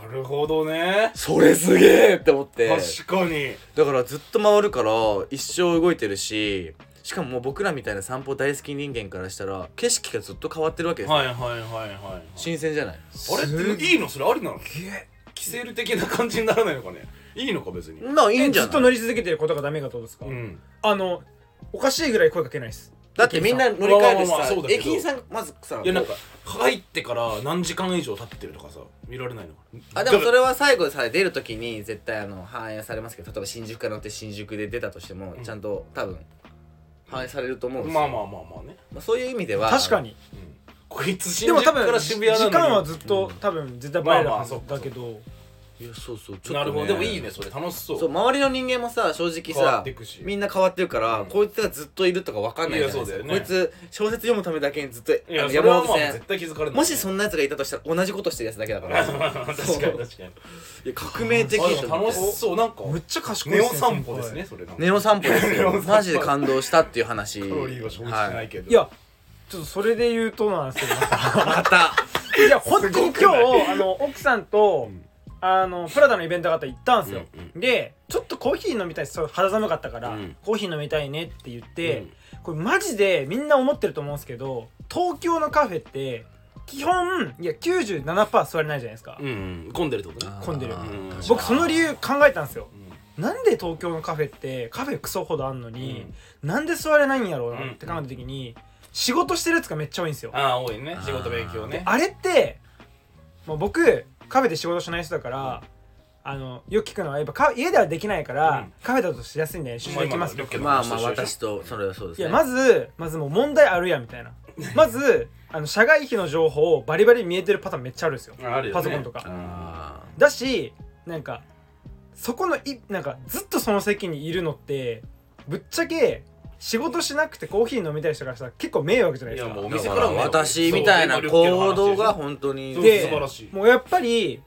Speaker 3: なるほどね
Speaker 1: それすげえって思って
Speaker 3: 確かに
Speaker 1: だからずっと回るから一生動いてるししかももう僕らみたいな散歩大好き人間からしたら景色がずっと変わってるわけですよ、
Speaker 3: はいはいはいはい
Speaker 1: 新鮮じゃない
Speaker 3: あれっていいのそれありなのキセル的な感じにならないのかねいいのか別に
Speaker 1: まあいいんじ
Speaker 2: ず
Speaker 1: ゃ
Speaker 2: っと
Speaker 1: な
Speaker 2: 乗
Speaker 1: い
Speaker 2: り続けてることがダメかどうですか
Speaker 3: うん
Speaker 2: あのおかしいぐらい声かけないです
Speaker 1: だってみんな乗り換えるし
Speaker 3: まあまあまあ
Speaker 1: さ
Speaker 3: そうだけど
Speaker 1: 駅員さんまずさ
Speaker 3: いやなんか入ってから何時間以上経ってるとかさ見られないのかな
Speaker 1: あでもそれは最後さ出る時に絶対あの反映されますけど例えば新宿から乗って新宿で出たとしても
Speaker 3: うん
Speaker 1: ちゃんと多分反映されると思うんですよ、
Speaker 3: ま
Speaker 1: ま
Speaker 3: あ
Speaker 1: あ
Speaker 3: まあまあまあね、
Speaker 1: そういう意味では
Speaker 2: 確か
Speaker 1: に
Speaker 2: に
Speaker 3: うん、こいつ
Speaker 2: で
Speaker 3: 新
Speaker 2: も
Speaker 3: 宿
Speaker 2: 多
Speaker 3: か
Speaker 2: 分
Speaker 3: ら
Speaker 2: 時
Speaker 3: 渋谷なのに
Speaker 2: 間はずっと多分絶対バレる
Speaker 3: まあま
Speaker 2: は
Speaker 3: あ
Speaker 2: ず
Speaker 3: そっか
Speaker 2: だけど
Speaker 1: いやそうそう
Speaker 3: なるほどでもいい
Speaker 1: ね
Speaker 3: ねそれ楽しそう
Speaker 1: そう周りの人間もさ正直
Speaker 3: 変わ
Speaker 1: さ
Speaker 3: っていくし
Speaker 1: みんな変わってるから、
Speaker 3: うん
Speaker 1: こいつがずっといるとかわかんないじゃないですか、
Speaker 3: いやそうだ
Speaker 1: こい
Speaker 3: よね
Speaker 1: つ小説読むためだけにずっと
Speaker 3: い
Speaker 1: あ
Speaker 3: や
Speaker 1: の
Speaker 3: それ
Speaker 1: 山
Speaker 3: は
Speaker 1: 手
Speaker 3: まあ
Speaker 1: 線
Speaker 3: 絶対気づかれない
Speaker 1: もしそんなやつがいたとしたら同じことしてるやつだけだから
Speaker 3: [LAUGHS] 確かに確か
Speaker 1: い
Speaker 3: に
Speaker 1: や革命的
Speaker 3: あでも楽しそうなんか
Speaker 2: むっちゃ賢い
Speaker 3: ネ
Speaker 2: っ
Speaker 3: オ
Speaker 2: すね
Speaker 3: 散歩ですねそれなんか
Speaker 1: ネオ散歩です
Speaker 3: [LAUGHS] ネオ
Speaker 1: よ
Speaker 3: 散歩
Speaker 1: マジで感動したっていう話
Speaker 3: カロリーは消費しないけど
Speaker 2: いやちょっとそれで言うとなんですけど
Speaker 1: はい、また
Speaker 3: [LAUGHS]
Speaker 2: いや本当に今
Speaker 3: すごくな
Speaker 2: 日あの奥さんと、
Speaker 3: うん
Speaker 2: あのプラダのイベントがあったら行ったんですよ、
Speaker 3: うん
Speaker 2: でちょっとコーヒー飲みたいそう肌寒かったから、
Speaker 3: うん
Speaker 2: コーヒー飲みたいねって言って、
Speaker 3: うん
Speaker 2: これマジでみんな思ってると思うんですけど東京のカフェって基本いや97%座れないじゃないですか、
Speaker 3: うん混んでるってことね
Speaker 2: 混んでる
Speaker 1: あー
Speaker 3: うん
Speaker 2: 僕その理由考えたんですよ
Speaker 3: うん
Speaker 2: なんで東京のカフェってカフェクソほどあんのに、なんで座れないんやろうなって考えた時に、仕事してるやつがめっちゃ多いんですよ
Speaker 3: ああ多いね仕事勉強ね
Speaker 2: あれってもう僕カフェで仕事しない人だから、あのよく聞くのはやっぱか家ではできないから、
Speaker 3: うん
Speaker 2: カフェだとしやすいんで出社できます
Speaker 3: まあ
Speaker 2: よ
Speaker 3: 今の
Speaker 1: まあまあ私とそれはそうです
Speaker 2: い
Speaker 1: ね
Speaker 2: やまずまずもう問題あるやんみたいなまずあの社外費の情報をバリバリ見えてるパターンめっちゃあるんですよ
Speaker 3: あるよね
Speaker 2: パソコンとか
Speaker 1: あ
Speaker 2: だしなんかそこのいなんかずっとその席にいるのってぶっちゃけ仕事しなくてコーヒー飲みたい人からしたら結構迷惑じゃない
Speaker 3: い
Speaker 2: です
Speaker 3: や
Speaker 2: か
Speaker 3: もうお
Speaker 1: ーだ
Speaker 3: 店
Speaker 1: か
Speaker 3: かららもね
Speaker 1: 私みたいな行動が本当に
Speaker 3: そう
Speaker 2: で
Speaker 3: 素晴らしい
Speaker 2: もうやっぱり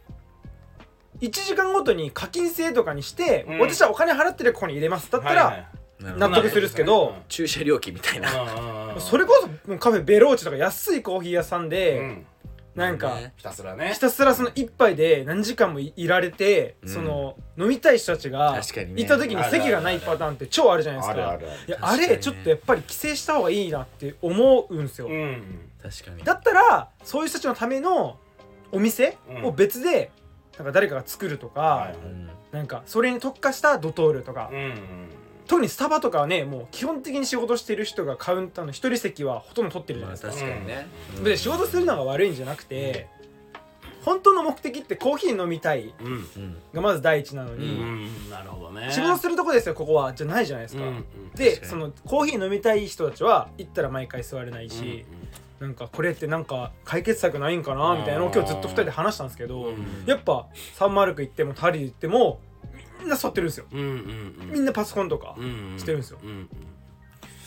Speaker 2: 1時間ごとに課金制とかにして、
Speaker 3: うん
Speaker 2: 私はお金払ってるここに入れますだったら、
Speaker 3: はいはい
Speaker 1: なるほど
Speaker 2: 納得するっすけど
Speaker 1: 駐車料金みたいな
Speaker 3: うんう
Speaker 2: [LAUGHS]
Speaker 3: ん
Speaker 2: それこそもうカフェベローチとか安いコーヒー屋さんで、
Speaker 3: うん
Speaker 2: なんか、
Speaker 1: ね
Speaker 3: ひたすらね
Speaker 2: ひたすらその一杯で何時間もいいられて、
Speaker 1: うん
Speaker 2: その飲みたい人たちが
Speaker 1: 確かにね
Speaker 2: いた時に席がないパターンって超あるじゃないですか。
Speaker 3: るある
Speaker 2: いや
Speaker 1: 確
Speaker 2: あ
Speaker 1: かにね
Speaker 2: れちょっとやっぱり規制した方がいいなって思うんですよ、
Speaker 3: うん
Speaker 1: 確かに
Speaker 2: だったらそういう人たちのためのお店を別で、なんか誰かが作るとか、
Speaker 3: はい
Speaker 1: うん
Speaker 2: なんかそれに特化したドトールとか、
Speaker 3: うんうん
Speaker 2: 特にスタバとかはねもう基本的に仕事してる人がカウンターの一人席はほとんど取ってるじゃ
Speaker 1: ま
Speaker 2: ない
Speaker 1: あ
Speaker 2: ですか、
Speaker 1: 確かにねうん
Speaker 2: で仕事するのが悪いんじゃなくて、本当の目的ってコーヒー飲みたい
Speaker 3: うん
Speaker 1: うん
Speaker 2: がまず第一なの
Speaker 3: う
Speaker 2: に、
Speaker 3: んなるほどね
Speaker 2: 仕事するとこですよここはじゃないじゃないですか、
Speaker 3: うんうん
Speaker 2: で
Speaker 1: 確かに
Speaker 2: そのコーヒー飲みたい人たちは行ったら毎回座れない
Speaker 3: うん
Speaker 2: し、なんかこれってなんか解決策ないんかなみたいなのを今日ずっと2人で話したんですけど、
Speaker 3: うん
Speaker 2: やっぱサンマルク行ってもタリー行ってもみんな座ってるんですよ
Speaker 3: うんうん
Speaker 2: みんなパソコンとか
Speaker 3: う、んうん
Speaker 2: してるんですよ
Speaker 3: ううん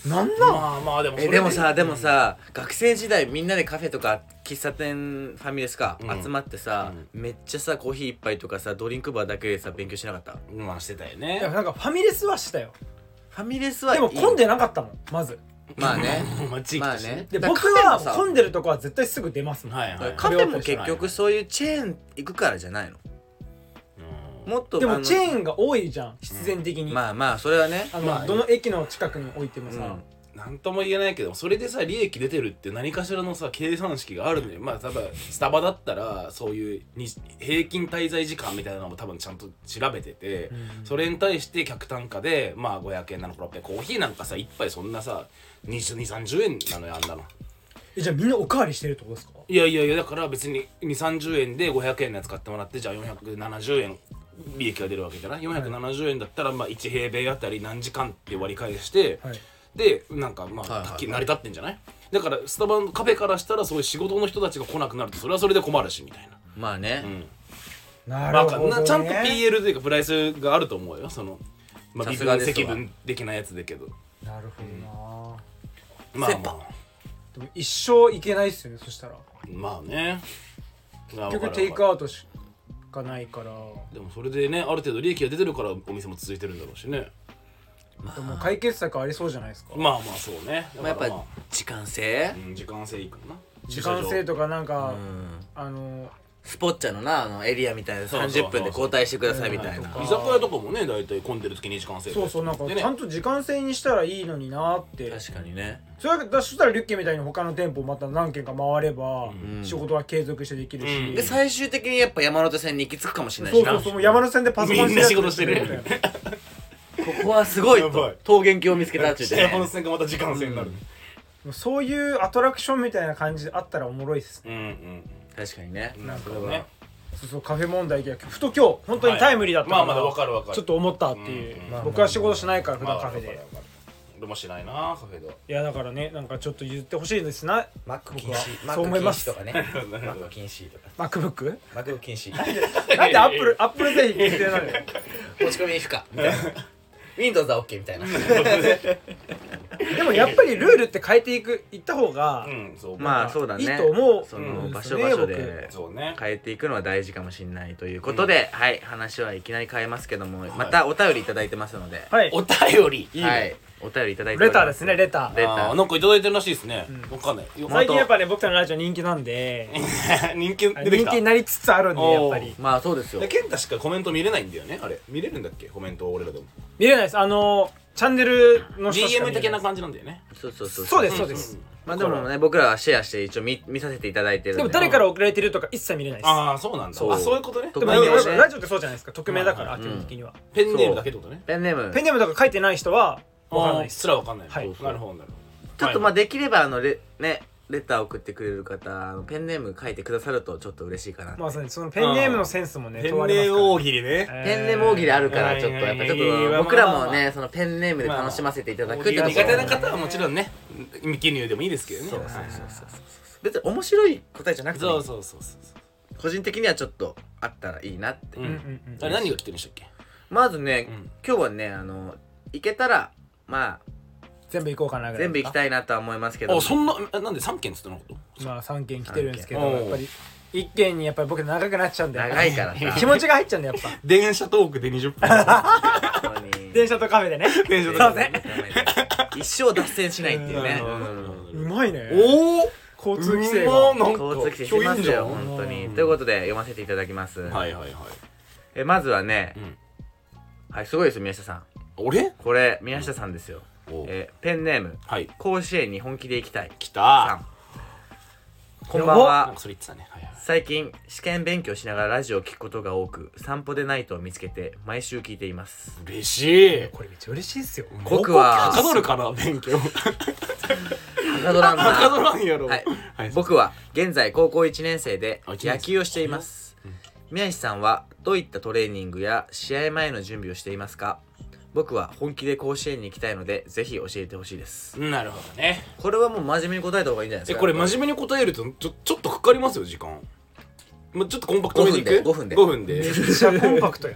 Speaker 2: なんなん
Speaker 3: まあまあでもそれ
Speaker 1: えでもさでもさ学生時代みんなでカフェとか喫茶店ファミレスか
Speaker 3: うん
Speaker 1: 集まってさめっちゃさコーヒー一杯とかさドリンクバーだけでさ勉強しなかった
Speaker 3: まあしてたよ
Speaker 2: いや
Speaker 3: ね
Speaker 2: なんかファミレスはしたよ
Speaker 1: ファミレスはい
Speaker 2: で
Speaker 1: い
Speaker 2: も混んでなかったもんまず
Speaker 1: まあね
Speaker 3: まあ地域
Speaker 1: まあ
Speaker 3: として
Speaker 1: ね
Speaker 3: ね
Speaker 2: で
Speaker 1: だか
Speaker 2: 僕
Speaker 1: ら
Speaker 2: は
Speaker 1: カフェもさ
Speaker 2: 混んでるとこは絶対すぐ出ますもん
Speaker 3: [LAUGHS] はいはい
Speaker 1: カフェも結局そういうチェーン行くからじゃないの
Speaker 3: うん
Speaker 1: もっと
Speaker 2: で
Speaker 1: あ
Speaker 2: も
Speaker 1: の
Speaker 2: チェーンが多いじゃん必然的に、
Speaker 1: まあまあそれはね
Speaker 2: あの
Speaker 3: まあ
Speaker 2: どの駅の近くに置いても
Speaker 1: う
Speaker 2: さ、
Speaker 1: ん
Speaker 3: なんとも言えないけどそれでさ利益出てるって何かしらのさ計算式があるのよまあ多分スタバだったらそういうに平均滞在時間みたいなのも多分ちゃんと調べてて、
Speaker 2: うん
Speaker 3: それに対して客単価でまあ500円なのか600円コーヒーなんかさ一杯そんなさ2030円なのよあんなの
Speaker 2: えじゃあみんなおかわりしてるってことですか
Speaker 3: いやいやいやだから別に230円で500円のやつ買ってもらってじゃあ470円利益が出るわけじゃない470円だったらまあ1平米あたり何時間って割り返して、
Speaker 2: はい
Speaker 3: でなんかまあ、
Speaker 1: はいはい
Speaker 3: たっきり成り立ってんじゃないだからスタバのカフェからしたらそういう仕事の人たちが来なくなるとそれはそれで困るしみたいな、
Speaker 1: まあね
Speaker 3: うん
Speaker 2: な
Speaker 3: まあ
Speaker 2: るほど、ね
Speaker 3: なちゃんと PL というかプライスがあると思うよそのまあ、
Speaker 1: さ
Speaker 3: 微
Speaker 1: すが
Speaker 3: 分
Speaker 1: ですわ
Speaker 3: 積分的なやつだけど
Speaker 2: なるほ
Speaker 3: まあ
Speaker 1: セッパ
Speaker 3: ま
Speaker 2: どなでも一生いけないっすよねそしたら
Speaker 3: あまあね結
Speaker 2: 結局テイクアウトしかないから
Speaker 3: でもそれでねある程度利益が出てるからお店も続いてるんだろうしね
Speaker 2: でも解決策ありそうじゃないですか
Speaker 3: まあまあそうね
Speaker 1: まあ、やっ
Speaker 3: だから
Speaker 1: ぱ時間制
Speaker 3: あうん時間制いいかな
Speaker 2: 時間制とかなん
Speaker 1: う
Speaker 2: か
Speaker 1: ん
Speaker 2: あの
Speaker 1: スポッチャのなあのエリアみたいな
Speaker 3: そうそうそう
Speaker 1: 30分で交代してくださいみたい
Speaker 2: うん
Speaker 1: な
Speaker 2: とか
Speaker 3: 居酒屋とかもね大体混んでる時に時間制
Speaker 2: そうそうなんか
Speaker 3: で
Speaker 2: ち
Speaker 3: ね
Speaker 2: ゃんと時間制にしたらいいのになって
Speaker 1: 確かにね
Speaker 2: それだそしたらリュッケみたいに他の店舗また何軒か回れば、
Speaker 1: ん
Speaker 2: 仕事は継続してできるし、
Speaker 3: うん
Speaker 1: で最終的にやっぱ山手線に行き着くかもしれない
Speaker 2: そ
Speaker 1: し
Speaker 2: う
Speaker 1: な
Speaker 2: そうそうもう山手線でパソコン
Speaker 3: みんな仕事してる
Speaker 1: ここはすごい
Speaker 3: やば
Speaker 1: と
Speaker 3: い
Speaker 1: 桃源郷を見つけたっちゅうて
Speaker 3: 山手
Speaker 1: ね
Speaker 3: 線がまた時間制になる
Speaker 2: そういうアトラクションみたいな感じであったらおもろいっすね
Speaker 3: うんうん
Speaker 1: 確かにね
Speaker 3: うん
Speaker 2: なんか
Speaker 3: それはね
Speaker 2: そうそうカフェ問題でふと今日本当にタイムリーだった
Speaker 3: はいまあまあわかるわかる
Speaker 2: ちょっと思ったっていう、
Speaker 3: うん
Speaker 2: まあ僕は仕事しないから普段カフェで、
Speaker 3: まあわかるわかる俺もしないなカフェではい
Speaker 2: やだからねなんかちょっと言ってほしいですな
Speaker 4: マック禁
Speaker 2: 僕
Speaker 4: 止マッ
Speaker 2: は
Speaker 4: ク
Speaker 2: そう思い
Speaker 4: 禁
Speaker 2: ます
Speaker 4: 止とかねマック禁止とか
Speaker 2: MacBook?
Speaker 4: マック禁止
Speaker 2: なんでアップルアップル製品規定なのよ
Speaker 4: 持ち込み不可みたいな Windows は OK みたいな
Speaker 3: [LAUGHS]
Speaker 2: でもやっぱりルールって変えていくいった方が、
Speaker 3: うんそう
Speaker 1: まあそうだね
Speaker 2: いいと思う
Speaker 1: そ
Speaker 3: うん
Speaker 1: の場所
Speaker 2: ですね
Speaker 1: 場所で
Speaker 3: そうね
Speaker 1: 変えていくのは大事かもしれないということで、はい話はいきなり変えますけども、またお便りいただいてますので、
Speaker 2: はい
Speaker 3: お便り
Speaker 1: いはい、お便りいただいてお
Speaker 2: レ
Speaker 1: り
Speaker 2: タ
Speaker 1: ま
Speaker 2: ーですねレター
Speaker 1: レター
Speaker 3: あーなんかいただいてるらしいですね
Speaker 2: ん
Speaker 3: わかんないよ
Speaker 2: 最近やっぱね僕たちのラジオ人気なんで
Speaker 3: 人気 [LAUGHS] 出てき
Speaker 2: 人
Speaker 3: た
Speaker 2: 気になりつつあるんでやっぱり
Speaker 1: まあそうですよ
Speaker 3: でケンタしかコメント見れないんだよねあれ見れるんだっけコメント俺らでも
Speaker 2: 見れないですあのチャンネルの人しか
Speaker 3: GM
Speaker 2: 見れ
Speaker 3: 的
Speaker 2: ない
Speaker 3: な感じなんだよね
Speaker 1: そうそうそう
Speaker 2: そうですそうです、
Speaker 1: まあでもね僕らはシェアして一応見見させていただいてるん
Speaker 2: でも誰から送られてるとか一切見れないです
Speaker 3: ああそうなんだ
Speaker 1: そう
Speaker 3: あそういうことね
Speaker 1: と
Speaker 2: でも
Speaker 1: 匿名だね
Speaker 2: ラジオラジオってそうじゃないですか匿名だから、
Speaker 3: まあ
Speaker 2: 基本的には、
Speaker 3: ペンネームだけってことね
Speaker 1: ペンネーム
Speaker 2: ペンネームとか書いてない人はわからない
Speaker 3: あー
Speaker 2: です
Speaker 3: すらわかんない
Speaker 2: はい
Speaker 3: そうそうなるほどなるほど
Speaker 1: ちょっとまあ
Speaker 3: はい
Speaker 1: できればあのレねレター送ってくれる方あのペンネーム書いてくださるとちょっと嬉しいかな、
Speaker 2: まあそうですそのペンネームのセンスもね
Speaker 3: ペ
Speaker 2: 問わ
Speaker 3: ン
Speaker 2: れま
Speaker 3: ネ
Speaker 2: す
Speaker 3: ー
Speaker 2: から
Speaker 3: ム大喜利ね
Speaker 1: ペンネーム大喜利あるからちょっとやっぱちょっと僕らもねそのペンネームで楽しませていただくって
Speaker 3: 大喜
Speaker 1: いうのも
Speaker 3: 利苦手な方はもちろんね未記入でもいいですけどね
Speaker 1: そうそうそうそう別に面白い答えじゃなくて
Speaker 3: そ
Speaker 1: も
Speaker 3: うそうそうそう
Speaker 1: 個人的にはちょっとあったらいいなって、
Speaker 3: うん
Speaker 2: うんうん
Speaker 3: あれ何が来てるんでしたっけ
Speaker 1: まずね、
Speaker 3: うん
Speaker 1: 今日はねあの行けたらま
Speaker 2: 全部行こうかなぐ
Speaker 1: あ
Speaker 2: らい
Speaker 1: 全部行き
Speaker 2: い
Speaker 1: たいなとは思いますけど
Speaker 3: あそんなあなんで3件っつってなかった
Speaker 2: まあ3件来てるんですけど
Speaker 3: 三件
Speaker 2: やっぱり1件にやっぱり僕長くなっちゃうんで
Speaker 1: 長いからさ
Speaker 2: 気持ちが入っちゃうんだやっぱ
Speaker 3: 電車トークで20分
Speaker 1: 本当に
Speaker 2: [LAUGHS] 電車とカフェでね
Speaker 3: [LAUGHS] 電車
Speaker 1: そ
Speaker 3: ト
Speaker 1: う
Speaker 3: ーク
Speaker 1: ね一生脱線しないっていうね、うん
Speaker 2: うまいね
Speaker 3: おお
Speaker 2: 交通
Speaker 3: 通
Speaker 2: 規
Speaker 3: 規
Speaker 2: 制
Speaker 3: 制
Speaker 2: が
Speaker 3: が
Speaker 1: 交通規制しますよ本当にということで読ませていただきます、
Speaker 3: はいはいはい
Speaker 1: えまずはね、
Speaker 3: うん
Speaker 1: はいすごいですよ宮下さん
Speaker 3: 俺
Speaker 1: これ宮下さんですよ、
Speaker 3: お
Speaker 1: えーペンネーム
Speaker 3: はい
Speaker 1: 甲子園に本気で行きたい
Speaker 3: 来
Speaker 1: さ
Speaker 3: た
Speaker 1: んこんばん
Speaker 3: なん
Speaker 1: は
Speaker 3: かそれ言ってたねはいはい
Speaker 1: 最近試験勉強しながらラジオを聞くことが多く散歩でナイトを見つけて毎週聞いています
Speaker 3: 嬉しい
Speaker 2: これめっちゃ嬉しいですよ
Speaker 1: 僕は
Speaker 3: はかどるかな勉 [LAUGHS] 強
Speaker 1: はかどらん
Speaker 3: はかど
Speaker 1: な
Speaker 3: らんやろ
Speaker 1: はい
Speaker 3: はい
Speaker 1: 僕は現在高校1年生で
Speaker 3: あ一年生
Speaker 1: 野球をしています宮石さんはどういったトレーニングや試合前の準備をしていますか僕は本気で甲子園に行きたいのでぜひ教えてほしいです
Speaker 3: なるほどね
Speaker 1: これはもう真面目に答えた方がいいんじゃないで
Speaker 3: え
Speaker 1: すか
Speaker 3: これ真面目に答えるとちょちょっとかかりますよ時間まちょっとコンパクトめにいく
Speaker 1: 5分で
Speaker 3: 5分で
Speaker 2: めっちゃコンパクトや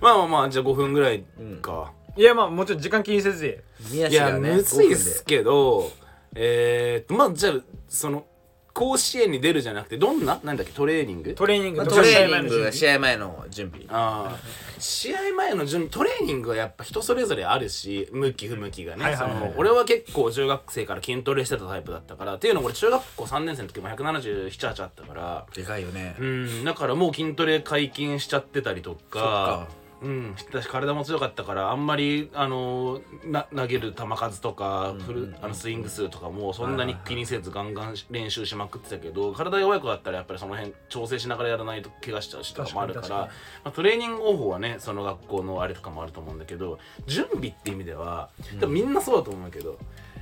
Speaker 3: まあまあまあじゃあ5分ぐらいか、
Speaker 2: いやまあもちろん時間気にせずで
Speaker 1: 宮
Speaker 3: い
Speaker 1: 石
Speaker 3: や
Speaker 1: がね
Speaker 3: むずい
Speaker 1: 5
Speaker 3: っ
Speaker 1: 分
Speaker 3: す
Speaker 1: で
Speaker 3: けどえー、っとまあじゃあその甲子園に出るじゃなくてどんななんだっけトレーニング
Speaker 2: トレーニングと
Speaker 1: ト
Speaker 2: か試
Speaker 1: レ
Speaker 2: 合
Speaker 1: ーニン
Speaker 2: 前の
Speaker 1: グ
Speaker 2: 準
Speaker 1: や
Speaker 2: 備
Speaker 1: 試合前の準備
Speaker 3: あー試合前の準備トレーニングはやっぱ人それぞれあるし向き不向きがね、
Speaker 2: はいはいはい
Speaker 3: その俺は結構中学生から筋トレしてたタイプだったからっていうのも俺中学校3年生の時も1778あったから
Speaker 1: でかいよね
Speaker 3: うんだからもう筋トレ解禁しちゃってたりとかうん、だし体も強かったからあんまりあのな投げる球数とか、フルあのスイング数とかもそんなに気にせずガンガン練習しまくってたけど体弱い子だったらやっぱりその辺調整しながらやらないと怪我しちゃうしとかもあるから
Speaker 2: 確かに確
Speaker 3: まあ、トレーニング方法はねその学校のあれとかもあると思うんだけど準備って意味では多分みんなそうだと思うけど。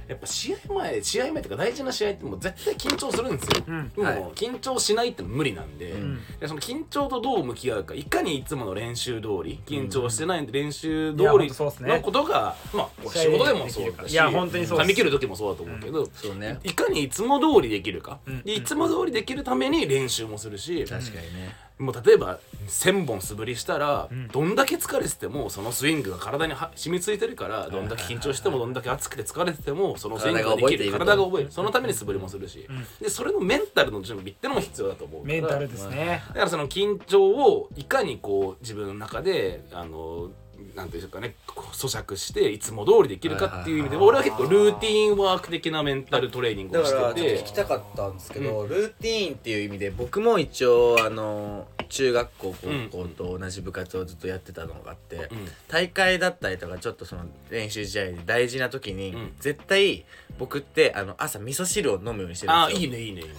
Speaker 3: やっぱ試合前試合前とか大事な試合ってもう絶対緊張するんですよ、
Speaker 2: うん
Speaker 3: もう
Speaker 1: はい
Speaker 3: 緊張しないって無理なんで,、でその緊張とどう向き合うかいかにいつもの練習通り緊張してないんで練習通
Speaker 2: いやほん
Speaker 3: り
Speaker 2: とそうっすね
Speaker 3: のことが、まあ仕事でもそうだし
Speaker 2: いやほんとにそうっす
Speaker 3: 髪切る時もそうだと思うけど、
Speaker 1: そうね
Speaker 3: いかにいつも通りできるか、
Speaker 2: ん
Speaker 3: でいつも通りできるために練習もするし、
Speaker 1: 確かにね
Speaker 3: ももう例えば1,000本素振りしたら、
Speaker 2: ん
Speaker 3: どんだけ疲れててもそのスイングが体には染みついてるからどんだけ緊張してもどんだけ熱くて疲れててもそのスイングができる
Speaker 4: 体
Speaker 3: 体
Speaker 4: が
Speaker 3: が覚えるそのために素振りもするし、
Speaker 2: ん
Speaker 3: でそれのメンタルの準備ってのも必要だと思うから
Speaker 2: メンタルですね
Speaker 3: だからその緊張をいかにこう自分の中であのなんていうんですかねこう咀嚼していつも通りできるかっていう意味で俺は結構ルーティンワーク的なメンタルトレーニング
Speaker 4: だ
Speaker 3: を
Speaker 4: か
Speaker 3: し
Speaker 4: ら
Speaker 3: て
Speaker 4: ちょっと
Speaker 3: て
Speaker 4: 聞きたかったんですけど、ルーティーンっていう意味で僕
Speaker 1: 僕も一応あの中学校
Speaker 3: うん
Speaker 1: 高校と同じ部活をずっとやってたのがあって、
Speaker 3: うん
Speaker 1: 大会だったりとかちょっとその練習試合で大事な時に、
Speaker 3: うん
Speaker 1: 絶対僕ってあの朝味噌汁を飲むようにしてるん
Speaker 3: あ
Speaker 1: ですよ
Speaker 3: ーいいねいいねいいね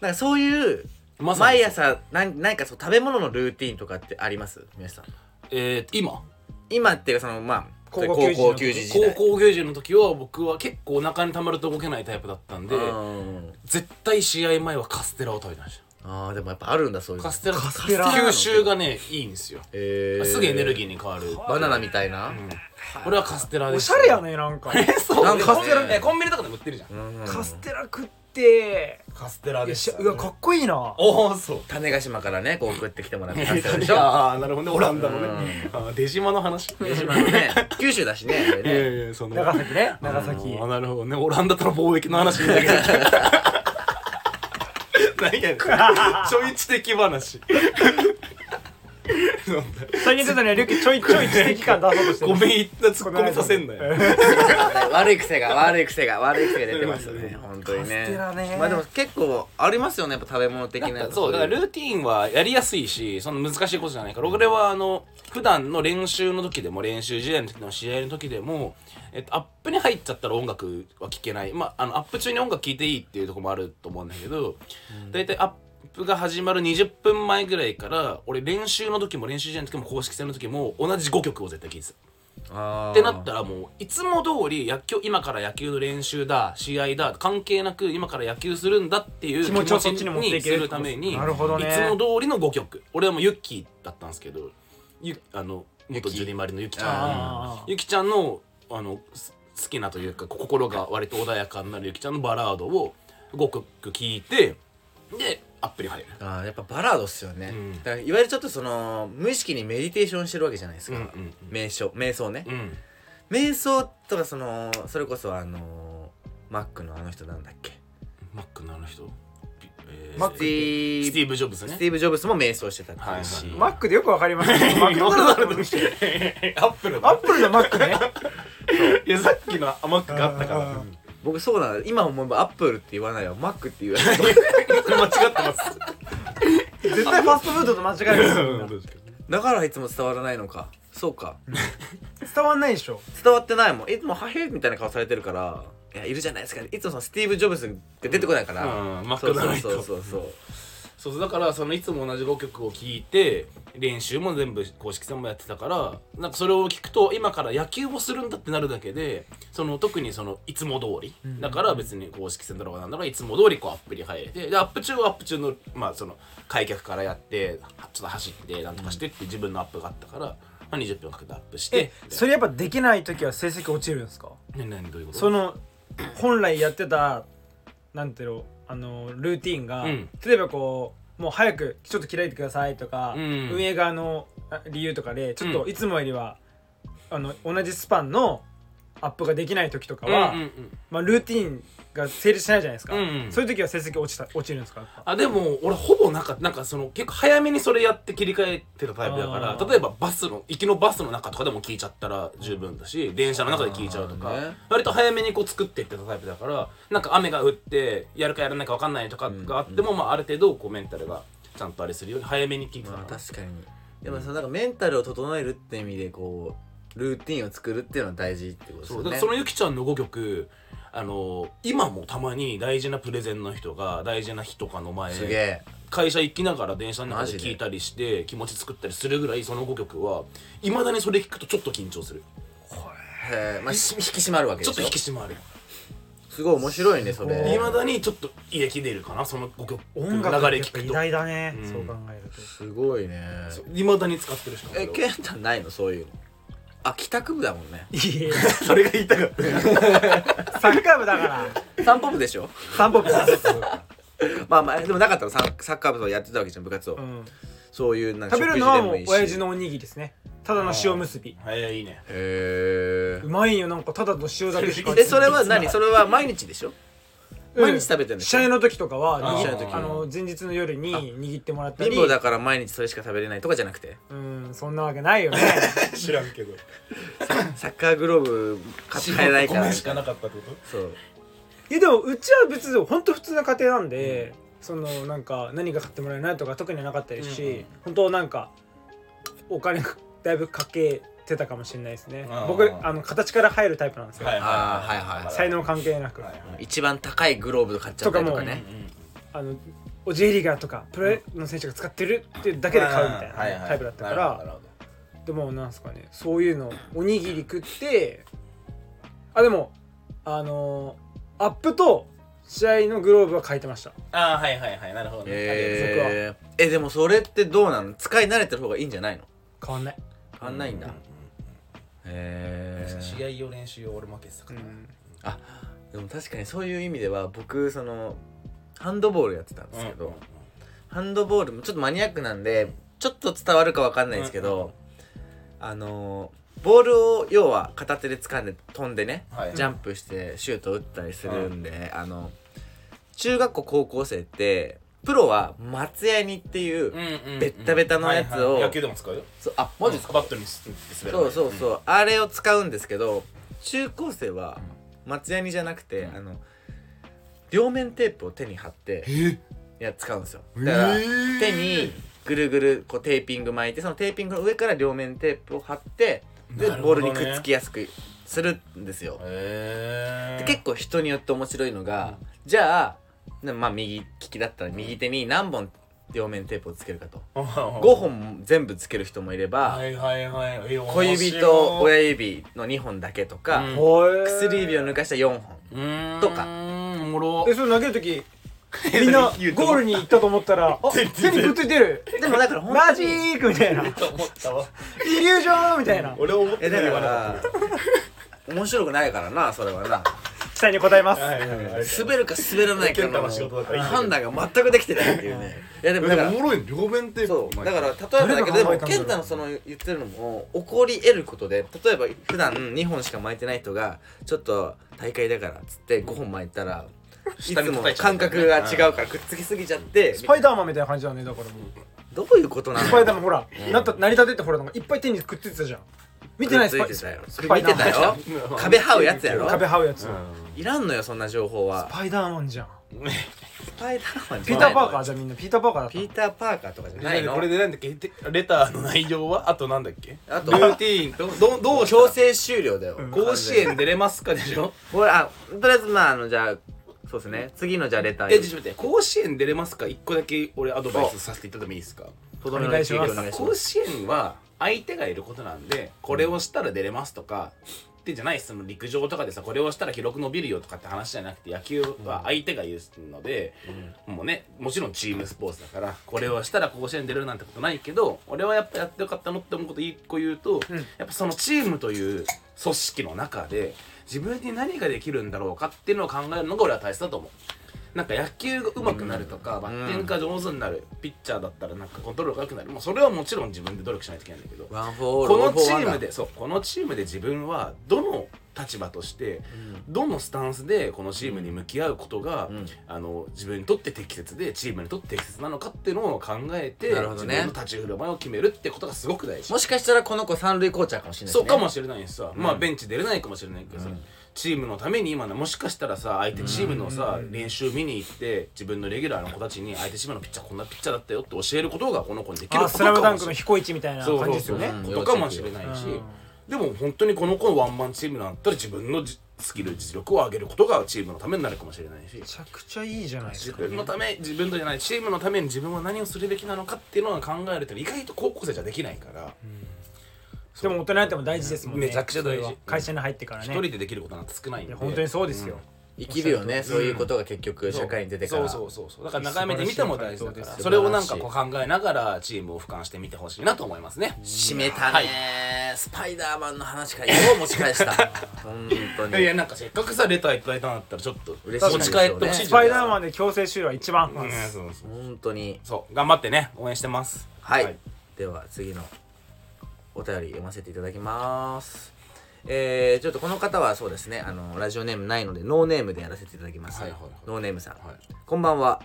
Speaker 1: なんかそういう
Speaker 3: まさに
Speaker 1: 毎朝なんなんかそう食べ物のルーティンとかってあります皆さん
Speaker 3: えー、今
Speaker 1: 今っていうかそのまあ
Speaker 2: 高校球児の
Speaker 1: 高校球児時
Speaker 3: 高
Speaker 1: 代
Speaker 3: 校球児の時は僕は結構お腹に溜まると動けないタイプだったんで
Speaker 1: うん
Speaker 3: 絶対試合前はカステラを食べてまし
Speaker 1: あーでもやっぱあるんだそういう
Speaker 3: た
Speaker 1: の
Speaker 3: カステラ
Speaker 1: カステラ
Speaker 3: 吸収がねいいんですよ
Speaker 1: えー、
Speaker 3: すぐエネルギーに変わる
Speaker 1: バナナみたいな、
Speaker 3: 俺はカステラ
Speaker 2: お
Speaker 3: で
Speaker 2: し
Speaker 3: す
Speaker 2: ゃれやねなんか
Speaker 3: そう
Speaker 1: なんか
Speaker 3: カステラねコンビニとかでも売ってるじゃん
Speaker 1: うん
Speaker 2: カステラ食って
Speaker 3: カステラ
Speaker 2: いやしうわかっこいいな
Speaker 3: おおそう
Speaker 1: 種子島からねこう送ってきてもらってカ
Speaker 3: [LAUGHS]
Speaker 1: ステラでしょ
Speaker 3: ああなるほどねオランダのねあー出島の話
Speaker 1: 江島のね九州だしねあれ
Speaker 3: いや
Speaker 1: ね
Speaker 3: いやその
Speaker 2: 長崎ね長崎
Speaker 3: あーなるほどねオランダとの貿易の話になるけど何やねんちょい知的話
Speaker 2: 最近ちょっとねリュッキちょいちょい知的感出そうとしてる
Speaker 3: [LAUGHS] ごめん言ったツッコミさせんなよ
Speaker 1: 悪い癖が悪い癖が悪い癖が出てますね本当にね
Speaker 2: カステラね
Speaker 1: まあでも結構ありますよねやっぱ食べ物的な
Speaker 3: そうだからルーティンはやりやすいしそんな難しいことじゃないから俺はあの普段の練習の時でも練習試合の時の試合の時でも、えっと、アップに入っちゃったら音楽は聴けないまああのアップ中に音楽聴いていいっていうところもあると思うんだけど大体、アップが始まる20分前ぐらいから俺練習の時も練習試合の時も公式戦の時も同じ5曲を絶対聴いてた。
Speaker 1: あー
Speaker 3: ってなったらもういつも通り野球今から野球の練習だ試合だ関係なく今から野球するんだっていう
Speaker 2: 気
Speaker 3: 気
Speaker 2: 持
Speaker 3: 持
Speaker 2: ちを
Speaker 3: ち
Speaker 2: そっちに持ってい
Speaker 3: に
Speaker 2: け
Speaker 3: す
Speaker 2: る
Speaker 3: るために
Speaker 2: なるほどね
Speaker 3: いつも通りの5曲俺はもうユッキーだったんですけどゆあの元ジュリマリのユキちゃ
Speaker 2: あ
Speaker 3: んゆきちゃんのあのす好きなというか心が割と穏やかになるゆきちゃんのバラードを5曲聴いてでアップに入る。
Speaker 1: あーやっぱバラードっすよね、
Speaker 3: うん
Speaker 1: だからいわゆるちょっとその無意識にメディテーションしてるわけじゃないですか、
Speaker 3: うんうんうん
Speaker 1: 瞑想瞑想ね、
Speaker 3: うん
Speaker 1: 瞑想とかそのそれこそあのマックのあの人なんだっけ
Speaker 3: マックのあの人、えー
Speaker 2: マック
Speaker 1: スティ
Speaker 3: スティ
Speaker 1: ー
Speaker 3: ーブ・ジョブズね
Speaker 1: スティーブ・ジョブスも瞑想してたっていうし、
Speaker 3: はいはい
Speaker 2: マックでよくわかります
Speaker 3: [LAUGHS]
Speaker 2: ねマクドナルドの
Speaker 3: アップル
Speaker 2: アップルのマックね
Speaker 3: いやさっきの甘くがあったか
Speaker 2: あ
Speaker 3: ら
Speaker 2: ー
Speaker 1: 僕そうなの今思えばアップルって言わないよマックって言わない
Speaker 3: [LAUGHS] これ間違ってます
Speaker 2: 絶対ファストフードと間違えるんですよ
Speaker 1: だからいつも伝わらないのかそうか
Speaker 2: 伝わんないでしょ
Speaker 1: 伝わってないもんいつもハヘみたいな顔されてるからいやいるじゃないですかいつもそのスティーブ・ジョブズが出てこないから、
Speaker 3: うんマッ
Speaker 1: そう
Speaker 3: クド
Speaker 1: そ
Speaker 3: ナ
Speaker 1: う
Speaker 3: ルド
Speaker 1: そうそうそう
Speaker 3: そうそうだからそのいつも同じ5曲を聴いて練習も全部公式戦もやってたからなんかそれを聞くと今から野球をするんだってなるだけでその特にそのいつも通りだから別に公式戦だろうがなんだろうがいつも通りこうアップに入れてでアップ中はアップ中のまあその開脚からやってちょっと走ってなんとかしてって自分のアップがあったから、まあ、20分かけてアップして
Speaker 2: えそれやっぱできない時は成績落ちるんですか
Speaker 3: ね何どういうこと
Speaker 2: その本来やってたなんていうのあのルーティンが、
Speaker 3: うん
Speaker 2: 例えばこうもう早くちょっと開いてくださいとか、
Speaker 3: うん
Speaker 2: 運営側のあ理由とかでちょっ
Speaker 3: う
Speaker 2: と
Speaker 3: ん
Speaker 2: いつもよりは、あの同じスパンのアップができない時とか
Speaker 3: うんうん
Speaker 2: は、
Speaker 3: うん
Speaker 2: まあ、ルーティンが成立しないじゃないですか、
Speaker 3: うんうん
Speaker 2: そういう時は成績落ちた落ちるんですかやっぱ
Speaker 3: あでも俺ほぼなかったなんかその結構早めにそれやって切り替えてたタイプだか
Speaker 2: あー
Speaker 3: ら例えばバスの行きのバスの中とかでも聞いちゃったら十分だし電車の中で聞いちゃうと
Speaker 1: あ
Speaker 3: か、
Speaker 1: ーね
Speaker 3: 割と早めにこう作っていってたタイプだからなんか雨が降ってやるかやらないか分かんないとかがあっても、まあ、ある程度こうメンタルがちゃんとあれするように早めに聞いてた
Speaker 1: まあ
Speaker 3: な
Speaker 1: 確かにでもそのなんかメンタルを整えるって意味でこうルーティンを作るっていうのは大事ってことです
Speaker 3: そう
Speaker 1: よ
Speaker 3: だ
Speaker 1: ね
Speaker 3: からそのゆきちゃんの5曲あの今もたまに大事なプレゼンの人が大事な日とかの前
Speaker 1: すげえ
Speaker 3: 会社行きながら電車の中
Speaker 1: マジ
Speaker 3: で
Speaker 1: で
Speaker 3: 聴いたりして気持ち作ったりするぐらいその5曲はいまだにそれ聞くとちょっと緊張する
Speaker 1: へーまあ、し引き締まるわけでし
Speaker 3: ち
Speaker 1: ょ
Speaker 3: ょっと引き締まる
Speaker 1: すごい面白いねそ
Speaker 2: す
Speaker 1: れ
Speaker 2: ご
Speaker 3: いまだにちょっと胃液出るかなその5曲
Speaker 2: 音楽
Speaker 3: 流れ
Speaker 2: やっ
Speaker 3: 聞
Speaker 2: ぱ
Speaker 3: く
Speaker 2: 偉
Speaker 3: と
Speaker 2: 大だね、
Speaker 3: うん
Speaker 2: そう考えると
Speaker 1: すごいね
Speaker 3: いまだに使ってる人
Speaker 1: えケンタないのそういうのあ帰宅部だもんね
Speaker 2: いやい
Speaker 3: それが言いたかった
Speaker 2: やサッカー部だから
Speaker 1: 散歩部でしょ
Speaker 2: 散歩部です、
Speaker 1: まあまあでもなかったのササッカー部とやってたわけじゃん部活を、
Speaker 2: うん、
Speaker 1: そういうなんか
Speaker 2: 食べるのはも
Speaker 1: 食
Speaker 2: う
Speaker 1: 事で
Speaker 2: 親父のおにぎりですねただの塩結び
Speaker 3: はいいいね
Speaker 1: へ
Speaker 2: うまいんよなんかただの塩だけしか
Speaker 1: えそれは何それは毎日でしょ
Speaker 2: うん
Speaker 1: 毎日食べてんの
Speaker 2: 試合の時とかは
Speaker 3: あー
Speaker 2: 握っ
Speaker 3: 試合の時
Speaker 2: あの前日の夜に握ってもらった
Speaker 1: 貧
Speaker 2: り
Speaker 1: 乏だから毎日それしか食べれないとかじゃなくて
Speaker 2: うんそんなわけないよね
Speaker 5: 知らんけど
Speaker 1: サッカーグローブ買って買えないか
Speaker 5: 米
Speaker 1: ら
Speaker 5: しかなかったってこと
Speaker 1: そう
Speaker 2: いやでもうちは別に本当普通の家庭なんで、そのなんか何が買ってもらえないとか特にはなかったですし、
Speaker 3: うん
Speaker 2: 本当なんかお金がだいぶか [LAUGHS] けてたかもしれないですね
Speaker 5: あー
Speaker 2: 僕あの形から入るタイプなんですよ、
Speaker 5: はい
Speaker 1: ああはいはいは
Speaker 2: 才能関係なく、
Speaker 5: はい
Speaker 1: い一番高いグローブ買っちゃったりとかね
Speaker 2: あの J リーガーとかプロの選手が使ってるっていうだけで買うみたいな
Speaker 5: はいはい
Speaker 2: タイプだったから、
Speaker 5: なるほど
Speaker 2: でもなんすかねそういうのおにぎり食ってあでもあのーアップと試合のグローブは変えてました
Speaker 5: ああはいはいはいなるほどね
Speaker 1: えーえでもそれってどうなの使い慣れてる方がいいんじゃないの
Speaker 2: 変わんない、
Speaker 1: 変わんないんだへえ
Speaker 5: 試合用練習用俺負けてたから
Speaker 1: でも確かにそういう意味では僕そのハンドボールやってたんですけど、ハンドボールもちょっとマニアックなんでちょっと伝わるかわかんないんですけど、あのボールを要は片手で掴んで飛んでね、
Speaker 5: はい
Speaker 1: ジャンプしてシュート打ったりするんで、あの中学校高校生ってプロは松屋にっていう、ベッタベタのやつを
Speaker 5: 野球でも使うよ
Speaker 1: そうあマジですか、
Speaker 5: バットにす滑ら
Speaker 1: そ
Speaker 5: な
Speaker 1: う
Speaker 5: い
Speaker 1: そうそう、あれを使うんですけど中高生は松ヤニじゃなくて、あの両面テープを手に貼っていや使うんですよだから手にぐるぐるこうテーピング巻いてそのテーピングの上から両面テープを貼ってで、
Speaker 5: なる
Speaker 1: ボ
Speaker 5: ほ
Speaker 1: ール
Speaker 5: どね
Speaker 1: にくっつきやすくするんですよ、
Speaker 5: へえ [LAUGHS]
Speaker 1: で結構人によって面白いのが、じゃあ、ねまあ、右利きだったら右手に何本両面テープをつけるかと5
Speaker 5: 5
Speaker 1: 本全部つける人もいれば、
Speaker 5: はいはいはいえ
Speaker 1: 小指と親指の2本だけとか、
Speaker 3: うん
Speaker 2: はい
Speaker 1: 薬指を抜かした4本とか
Speaker 3: おも [LAUGHS] ろ
Speaker 2: えそれ投げる時みんなゴールに行ったと思ったら「あ手にくっついてる
Speaker 1: でもだから本
Speaker 2: マジ
Speaker 1: 当に
Speaker 2: ーク!」みたいな「イリ
Speaker 5: と思ったわ
Speaker 2: ュージョン!」みたいな
Speaker 5: 俺思って
Speaker 1: えだ
Speaker 5: な
Speaker 1: か
Speaker 5: いわ
Speaker 1: ら面白くないからなそれはな
Speaker 2: 期待に応えます、
Speaker 5: はいはいはい
Speaker 1: 滑るか滑らないか
Speaker 5: 健太の仕事だからいい
Speaker 1: の
Speaker 5: んだけど
Speaker 1: 判断が全くできてないっていうねいやでもだから
Speaker 3: おもろい両面テープ
Speaker 1: そうだから例えばだけどでも
Speaker 2: 誰が考えたんだろう
Speaker 1: 健太のその言ってるのも起こり得ることで例えば普段2本しか巻いてない人がちょっと大会だからっつって5本巻いたらい
Speaker 3: 下
Speaker 1: つ
Speaker 3: に
Speaker 1: も
Speaker 3: 叩いちゃう
Speaker 1: 感
Speaker 3: んだよね
Speaker 1: 覚が違うからくっつきすぎちゃって
Speaker 2: スパイダーマンみたいな感じだねだからもう
Speaker 1: どういうことなの
Speaker 2: スパイダーマンほら、なった成り立てってほらなんかいっぱい手にくっついてたじゃん見てないスパ
Speaker 1: くっついてたよ
Speaker 2: スパイ
Speaker 1: 見て
Speaker 2: ダーマン
Speaker 1: たよ壁這うやつやろ
Speaker 2: 壁這うやつ、
Speaker 1: いらんのよそんな情報は
Speaker 2: スパイダーマンじゃん
Speaker 1: スパイダーマンじ
Speaker 2: ピ
Speaker 1: ゃ
Speaker 2: ー
Speaker 1: な
Speaker 2: タ
Speaker 1: い
Speaker 2: ー・
Speaker 1: の
Speaker 2: パーカーじゃんみんなピーター・パーカーだった
Speaker 1: ピーター・パーカーとかじゃないの
Speaker 5: これでなんだっけて [LAUGHS] レターの内容はあとなんだっけ
Speaker 1: あと
Speaker 5: ルーティーンどどどうし
Speaker 1: 強制終了だよ、
Speaker 5: 甲子園出れますかでし [LAUGHS] ょ
Speaker 1: これあとりあえずまああのじゃあそうですね次のじゃあレター
Speaker 3: えちょっと待って甲子園出れますか一個だけ俺アドバイスさせていただいてもいいですか
Speaker 1: とどめの注意をお
Speaker 2: お
Speaker 1: 願いしま
Speaker 3: 甲
Speaker 1: す
Speaker 3: 子園は相手がいることなんでこれをしたら出れますとかってじゃないその陸上とかでさこれをしたら記録伸びるよとかって話じゃなくて野球は相手がいるので、もうねもちろんチームスポーツだからこれをしたら甲子園出れるなんてことないけど俺はやっぱやってよかったのって思うこと一個言うと、やっぱそのチームという組織の中で自分に何ができるんだろうかっていうのを考えるのが俺は大切だと思う。なんか野球が上手くなるとか、バッティングが上手になる、ピッチャーだったらなんかコントロールが良くなる、もうそれはもちろん自分で努力しないといけないんだけど、
Speaker 1: ワン・フォー・オール
Speaker 3: こ
Speaker 1: ワ
Speaker 3: の
Speaker 1: ンフォ
Speaker 3: チ
Speaker 1: ーワン
Speaker 3: ー
Speaker 1: だ
Speaker 3: ムでそうこのチームで自分はどの立場として、どのスタンスでこのチームに向き合うことが、
Speaker 1: ん
Speaker 3: あの自分にとって適切でチームにとって適切なのかっていうのを考えて、
Speaker 1: なるほど
Speaker 3: 自
Speaker 1: ね
Speaker 3: 分の立ち振る舞いを決めるってことがすごく大事。
Speaker 1: もしかしたらこの子三塁コーチャーかもしれないし
Speaker 3: そ
Speaker 1: ね
Speaker 3: うかもしれないしさ、まあベンチ出れないかもしれないけどさ、チームのために今ねもしかしたらさ相手チームのさ、練習見に行って自分のレギュラーの子たちに相手チームのピッチャーこんなピッチャーだったよって教えることがこの子にできる
Speaker 2: あ
Speaker 3: こ
Speaker 2: ー
Speaker 3: と
Speaker 2: スラムダ
Speaker 3: かも
Speaker 2: ン
Speaker 3: し
Speaker 2: クの
Speaker 3: れない
Speaker 2: 非公一みたいな
Speaker 3: そう
Speaker 2: 感じ
Speaker 3: そう
Speaker 2: です
Speaker 3: そう、
Speaker 2: よね
Speaker 1: うん
Speaker 3: とかもしれないし、でも本当にこの子のワンマンチームなんだったら自分のじスキル実力を上げることがチームのためになるかもしれないし
Speaker 2: めちゃくちゃいいじゃないです
Speaker 3: 自
Speaker 2: か
Speaker 3: 分のため自分とじゃないチームのために自分は何をするべきなのかっていうのを考えるって意外と高校生じゃできないから
Speaker 2: でも大人になっても大事ですもんね
Speaker 3: めちゃくちゃ大事
Speaker 2: それは会社に入ってから
Speaker 3: 一
Speaker 2: ね
Speaker 3: 人でできることなんて少ないん
Speaker 2: い
Speaker 3: で
Speaker 2: や本当にそうですよ、
Speaker 1: 生きるよねそういうことが結局社会に出てから
Speaker 3: そうそうそうそうだから長い目で見ても大事だから
Speaker 2: 素晴ら
Speaker 1: い
Speaker 3: それをなんかこう考えながらチームを俯瞰してみてほしいなと思いますね
Speaker 1: 締めたね、
Speaker 3: はい
Speaker 1: スパイダーマンの話からよう持ち返
Speaker 3: [LAUGHS]
Speaker 1: した本当
Speaker 3: いやいや
Speaker 1: に
Speaker 3: なんかせっかくさレターいただいたんだったらちょっと
Speaker 1: 嬉しい
Speaker 3: 持ち帰ってほしい
Speaker 2: スパイダーマ
Speaker 3: ン
Speaker 2: ンで強制終了は一番不安です
Speaker 3: そうそう
Speaker 1: 本当に
Speaker 3: そう頑張ってね応援してます
Speaker 1: はい、では次のお便り読ませていただきますえー、ちょっとこの方はそうですねあのラジオネームないのでノーネームでやらせていただきます、
Speaker 6: はいはいはい
Speaker 1: ノーネームさん、
Speaker 6: はい
Speaker 1: こんばんは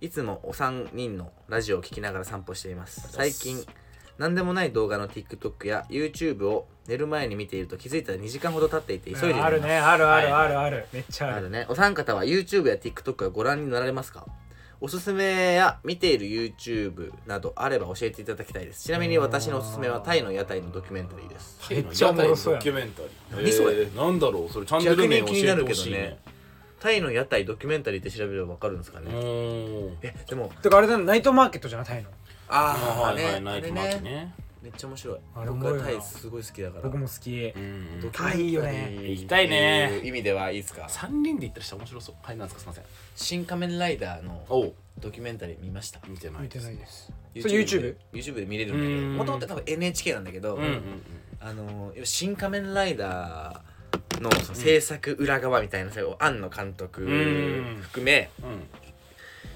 Speaker 1: いつもお三人のラジオを聞きながら散歩しています最近何でもない動画の TikTok や YouTube を寝る前に見ていると気づいたら2時間ほど経っていて急いで寝ます
Speaker 2: あるねあるあるあるあるめっちゃ
Speaker 1: あ
Speaker 2: ある
Speaker 1: るねお三方は YouTube や TikTok はご覧になられますかおすすめや見ている YouTube などあれば教えていただきたいですちなみに私のおすすめはタイの屋台のドキュメンタリーです
Speaker 2: めっちゃおもろそうやん
Speaker 3: ドキュメンタリー
Speaker 1: 何それ
Speaker 3: えーなんだろうそれチャンネル名教えてほしいね
Speaker 1: タイの屋台ドキュメンタリーって調べればわかるんですか
Speaker 3: う
Speaker 1: ね
Speaker 3: ーん
Speaker 1: えでも
Speaker 2: てかあれだねナイトマーケットじゃないタイの
Speaker 1: あ
Speaker 3: あ
Speaker 1: あ
Speaker 3: は
Speaker 1: あれ
Speaker 3: いはい
Speaker 1: ね
Speaker 3: ナ
Speaker 1: あ
Speaker 3: イ
Speaker 1: れ
Speaker 3: トマーキ
Speaker 1: ね
Speaker 3: ね
Speaker 1: めっちゃ面白い
Speaker 2: あれおも
Speaker 1: 僕
Speaker 2: ろいな
Speaker 1: はタイすごい好きだから
Speaker 2: 僕も好き
Speaker 3: うん
Speaker 2: タイいいよね
Speaker 1: ドキュメンタリー
Speaker 3: 行きたいね
Speaker 1: っていう意味ではいいですか
Speaker 3: 三人で行ったらしたら面白そうはいなんですかすいません
Speaker 1: 新仮面ライダーの
Speaker 3: おう
Speaker 1: ドキュメンタリー見ました
Speaker 3: 見てない
Speaker 2: 見て
Speaker 3: です
Speaker 2: ないですそれ
Speaker 1: YouTube で YouTube で見れるんだけど
Speaker 3: うん
Speaker 1: もともと多分 NHK なんだけど、
Speaker 3: うんうんうん
Speaker 1: あの新仮面ライダーのその制作裏側みたいな、それを庵野監督
Speaker 3: うん
Speaker 1: 含め、
Speaker 3: うん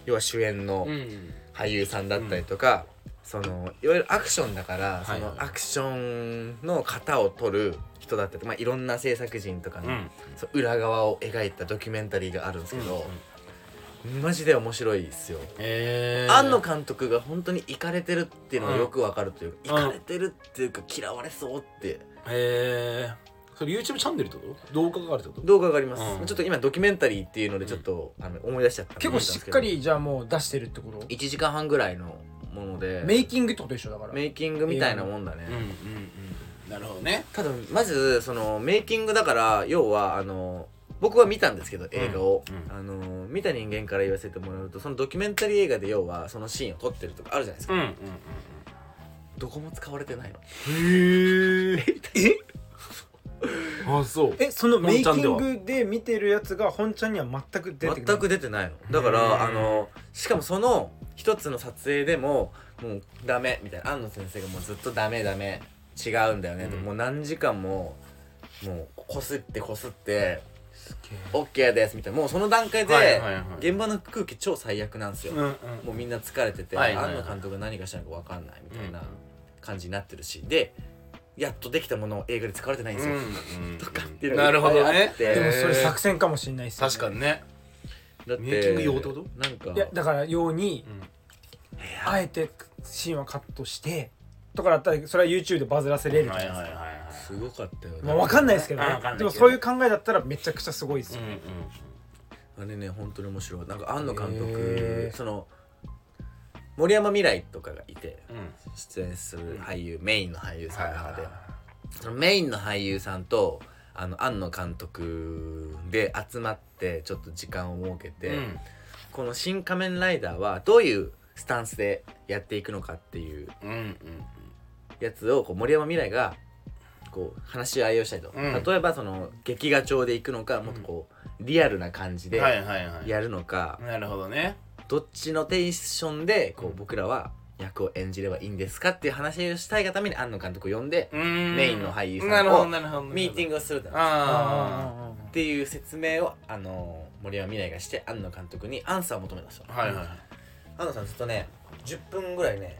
Speaker 1: 要は主演の
Speaker 3: うん
Speaker 1: 俳優さんだったりとか、そのいわゆるアクションだから、
Speaker 3: はいはい
Speaker 1: そのアクションの型を取る人だったりとか、まあ、いろんな制作人とかの,、
Speaker 3: うん
Speaker 1: その裏側を描いたドキュメンタリーがあるんですけど、マジで面白いですよ。
Speaker 3: えー
Speaker 1: 庵野監督が本当にイカれてるっていうのがよくわかるというかイ
Speaker 3: うん
Speaker 1: カれてるっていうか嫌われそうって
Speaker 3: えーそれ YouTube チャンネルってこと動画があるってこと
Speaker 1: 動画があります、
Speaker 3: うん
Speaker 1: ちょっと今ドキュメンタリーっていうのでちょっと、あの思い出しちゃった
Speaker 2: 結構しっかりじゃあもう出してるってこと
Speaker 1: 1時間半ぐらいのもので
Speaker 2: メイキングってことでしょだから
Speaker 1: メイキングみたいなもんだね、
Speaker 3: うんうんうんなるほどね
Speaker 1: ただまずそのメイキングだから要はあの僕は見たんですけど映画を、
Speaker 3: うん
Speaker 1: あの見た人間から言わせてもらうとそのドキュメンタリー映画で要はそのシーンを撮ってるとかあるじゃないですか、
Speaker 3: うんうん
Speaker 1: どこも使われてないの
Speaker 3: うんへえあそう
Speaker 2: えそのメイキ
Speaker 3: 本ちゃ
Speaker 2: ン
Speaker 3: んで
Speaker 2: グで見てるやつが本ちゃんには全く出て
Speaker 1: 全く出てないのだか
Speaker 3: へ
Speaker 1: ら
Speaker 3: ー
Speaker 1: あのしかもその一つの撮影でももうダメみたいな庵野先生がもうずっとダメダメ違うんだよね、と
Speaker 3: うん
Speaker 1: もう何時間ももうこすってこすってオッケーですみたいなもうその段階で、
Speaker 3: はいはいはい
Speaker 1: 現場の空気超最悪なんですよ、
Speaker 3: うんうん
Speaker 1: もうみんな疲れてて、
Speaker 3: はいはいはい
Speaker 1: 庵野監督が何がしたのか分かんないみたいな
Speaker 3: うん
Speaker 1: 感じになってるしでやっとできたものを映画で使われてないんですよ、
Speaker 3: うん
Speaker 1: とかっていうのが
Speaker 3: ないる
Speaker 1: っぱ
Speaker 3: ほ
Speaker 1: い
Speaker 3: ど
Speaker 1: あ
Speaker 3: ね
Speaker 1: って
Speaker 2: でもそれ
Speaker 3: えー
Speaker 2: 作戦かもしれないっすよね
Speaker 3: 確かにね
Speaker 1: だって
Speaker 3: メイキング用ってこと
Speaker 1: なんか
Speaker 2: いやだからように
Speaker 3: うん
Speaker 2: あえてシーンはカットしてとかだったらそれは YouTube でバズらせれるじゃないですか
Speaker 3: い
Speaker 1: すごかったよね、
Speaker 2: まあわかんないですけどね
Speaker 3: うんわかんないけ
Speaker 2: で
Speaker 3: ど
Speaker 2: もそういう考えだったらめちゃくちゃすごいっす
Speaker 3: う
Speaker 2: よ
Speaker 3: んうん
Speaker 1: あれね本当に面白いなんか庵野監督
Speaker 2: へー
Speaker 1: その森山未来とかがいて
Speaker 3: うん
Speaker 1: 出演する俳優メインの俳優さんの中
Speaker 3: はいはい
Speaker 1: で
Speaker 3: は
Speaker 1: そのメインの俳優さんとあの庵野監督で集まってちょっと時間を設けて、
Speaker 3: うん
Speaker 1: この「新仮面ライダー」はどういうスタンスでやっていくのかっていう
Speaker 3: うんうん
Speaker 1: やつをこう森山未来がこう話し合いをしたいと、
Speaker 3: うん
Speaker 1: 例えばその劇画調でいくのかもっとこうリアルな感じ
Speaker 3: うんは
Speaker 1: で
Speaker 3: いはいはい
Speaker 1: やるのか、
Speaker 3: なるほどね
Speaker 1: どっちのテンションでこう僕らは役を演じればいいんですかっていう話をしたいがために庵野監督を呼んでメ
Speaker 3: メ
Speaker 1: インの俳優
Speaker 3: な
Speaker 1: さん
Speaker 3: るほ
Speaker 1: を
Speaker 3: どなるほど
Speaker 1: ミーティン
Speaker 3: グ
Speaker 1: グをするだろうっ
Speaker 3: あ
Speaker 2: あ
Speaker 1: ていう説明を、あのー森山未来がして庵野監督にアンサーを求めたんですよ
Speaker 3: あはいはい
Speaker 1: 庵野さんずっとね10分ぐらいね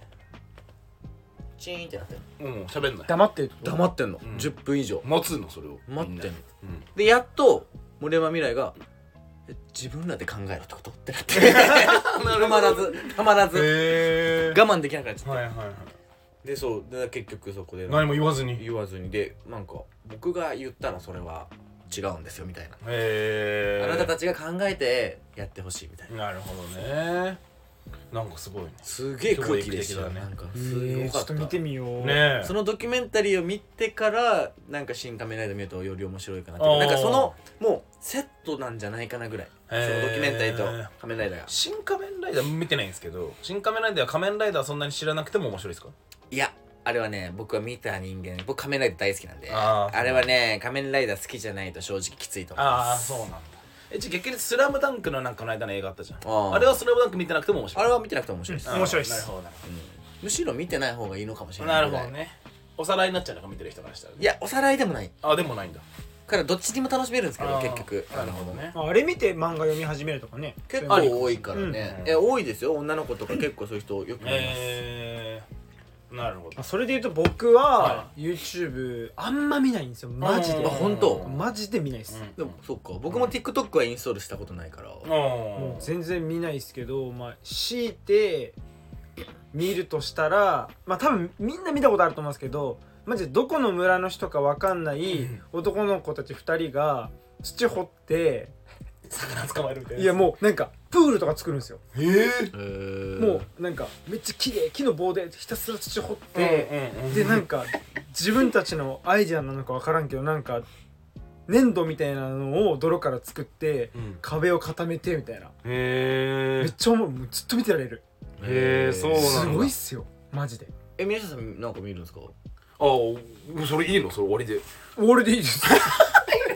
Speaker 1: チーンってなってる
Speaker 3: うん喋んな
Speaker 2: ー
Speaker 3: い
Speaker 2: 黙ってるってこと
Speaker 1: 黙ってんの、
Speaker 3: うん
Speaker 1: 10分以上
Speaker 3: 待つのそれを
Speaker 1: 待ってんの
Speaker 3: みんな
Speaker 1: でやっと森山未来がえ自分らで考えろってことってなって [LAUGHS] たまらずたまら
Speaker 3: うん
Speaker 1: ず
Speaker 3: へ
Speaker 1: 我慢できなくなっちゃって
Speaker 3: はいはいはい
Speaker 1: でそうで結局そこで
Speaker 3: 何も言わずにへ
Speaker 1: 言わずにでなんか僕が言ったらそれは違うんですよみたいな、
Speaker 3: え
Speaker 1: あなたたちが考えてやってほしいみたいな
Speaker 3: なるほどねなんかすごいね
Speaker 1: すげえ空気でしたよ
Speaker 3: 教育的だね
Speaker 1: なんか
Speaker 2: え
Speaker 1: すご
Speaker 2: ーちょ
Speaker 1: か
Speaker 2: っ
Speaker 1: った、
Speaker 2: と見てみよう
Speaker 3: ねえ
Speaker 1: そのドキュメンタリーを見てからなんか「新仮面ライダー」見るとより面白いかなって
Speaker 3: あー
Speaker 1: なんかそのもうセットなんじゃないかなぐらいそ
Speaker 3: へー
Speaker 1: のドキュメンタリーと仮面ライダーが
Speaker 3: 新仮面ライダー見てないんですけど新仮面ライダーは仮面ライダーそんなに知らなくても面白いですか
Speaker 1: いやあれはね僕は見た人間僕仮面ライダー大好きなんで
Speaker 3: あ
Speaker 1: あ
Speaker 3: ー
Speaker 1: れはね仮面ライダー好きじゃないと正直きついと思い
Speaker 3: あ
Speaker 1: ま
Speaker 3: あ
Speaker 1: す
Speaker 3: そうなんだえじゃあ逆に「スラムダンクのなんかこの間の映画あったじゃん
Speaker 1: あー
Speaker 3: あれは「スラムダンク見てなくても面白
Speaker 1: あ
Speaker 3: い
Speaker 1: れは見てなくても面白いです、
Speaker 2: 面白いっす
Speaker 3: なるほどなるほ
Speaker 1: むしろ見てない方がいいのかもし
Speaker 3: ど
Speaker 1: れな
Speaker 3: ないる
Speaker 1: ぐらい
Speaker 3: ほどねおさらいになっちゃうのか見てる人からしたらね
Speaker 1: いやおさらいでもない
Speaker 3: あでもないんだ
Speaker 1: からどっちにも楽しめるんですけど
Speaker 3: あー
Speaker 1: 結局
Speaker 3: なるほどね
Speaker 2: ああれ見て漫画読み始めるとかね
Speaker 1: 結
Speaker 2: そういうの
Speaker 1: 構多いからね、
Speaker 3: うん
Speaker 1: え多いですよ女の子とか結構そういう人よく見ます、
Speaker 3: えなるほど
Speaker 2: あそれで言うと僕は YouTube あんま見ないんですよマジで
Speaker 1: あ本当
Speaker 2: マジで見ないです、
Speaker 1: でもそっか僕も TikTok はインストールしたことないから
Speaker 3: うん
Speaker 2: もう全然見ないですけど、まあ、強いて見るとしたらまあ多分みんな見たことあると思うんですけどマジでどこの村の人かわかんない男の子たち2人が土掘って
Speaker 3: 魚捕まえるみたいない
Speaker 2: やもうなんかプールとか作るんですよ
Speaker 3: ええ
Speaker 1: へー
Speaker 2: もうなんかめっちゃ綺麗木の棒でひたすら土掘って、
Speaker 3: うんうんうん
Speaker 2: でなんか自分たちのアイデアなのか分からんけどなんか粘土みたいなのを泥から作って、
Speaker 3: うん
Speaker 2: 壁を固めてみたいな
Speaker 3: へ
Speaker 2: めっちゃおもろいもうずっと見てられる
Speaker 3: へーそうなんだ
Speaker 2: すごいっすよマジで
Speaker 1: え宮下さんなんか見るんですか
Speaker 7: ああそれいいのそれ終わりで
Speaker 2: 俺でいいです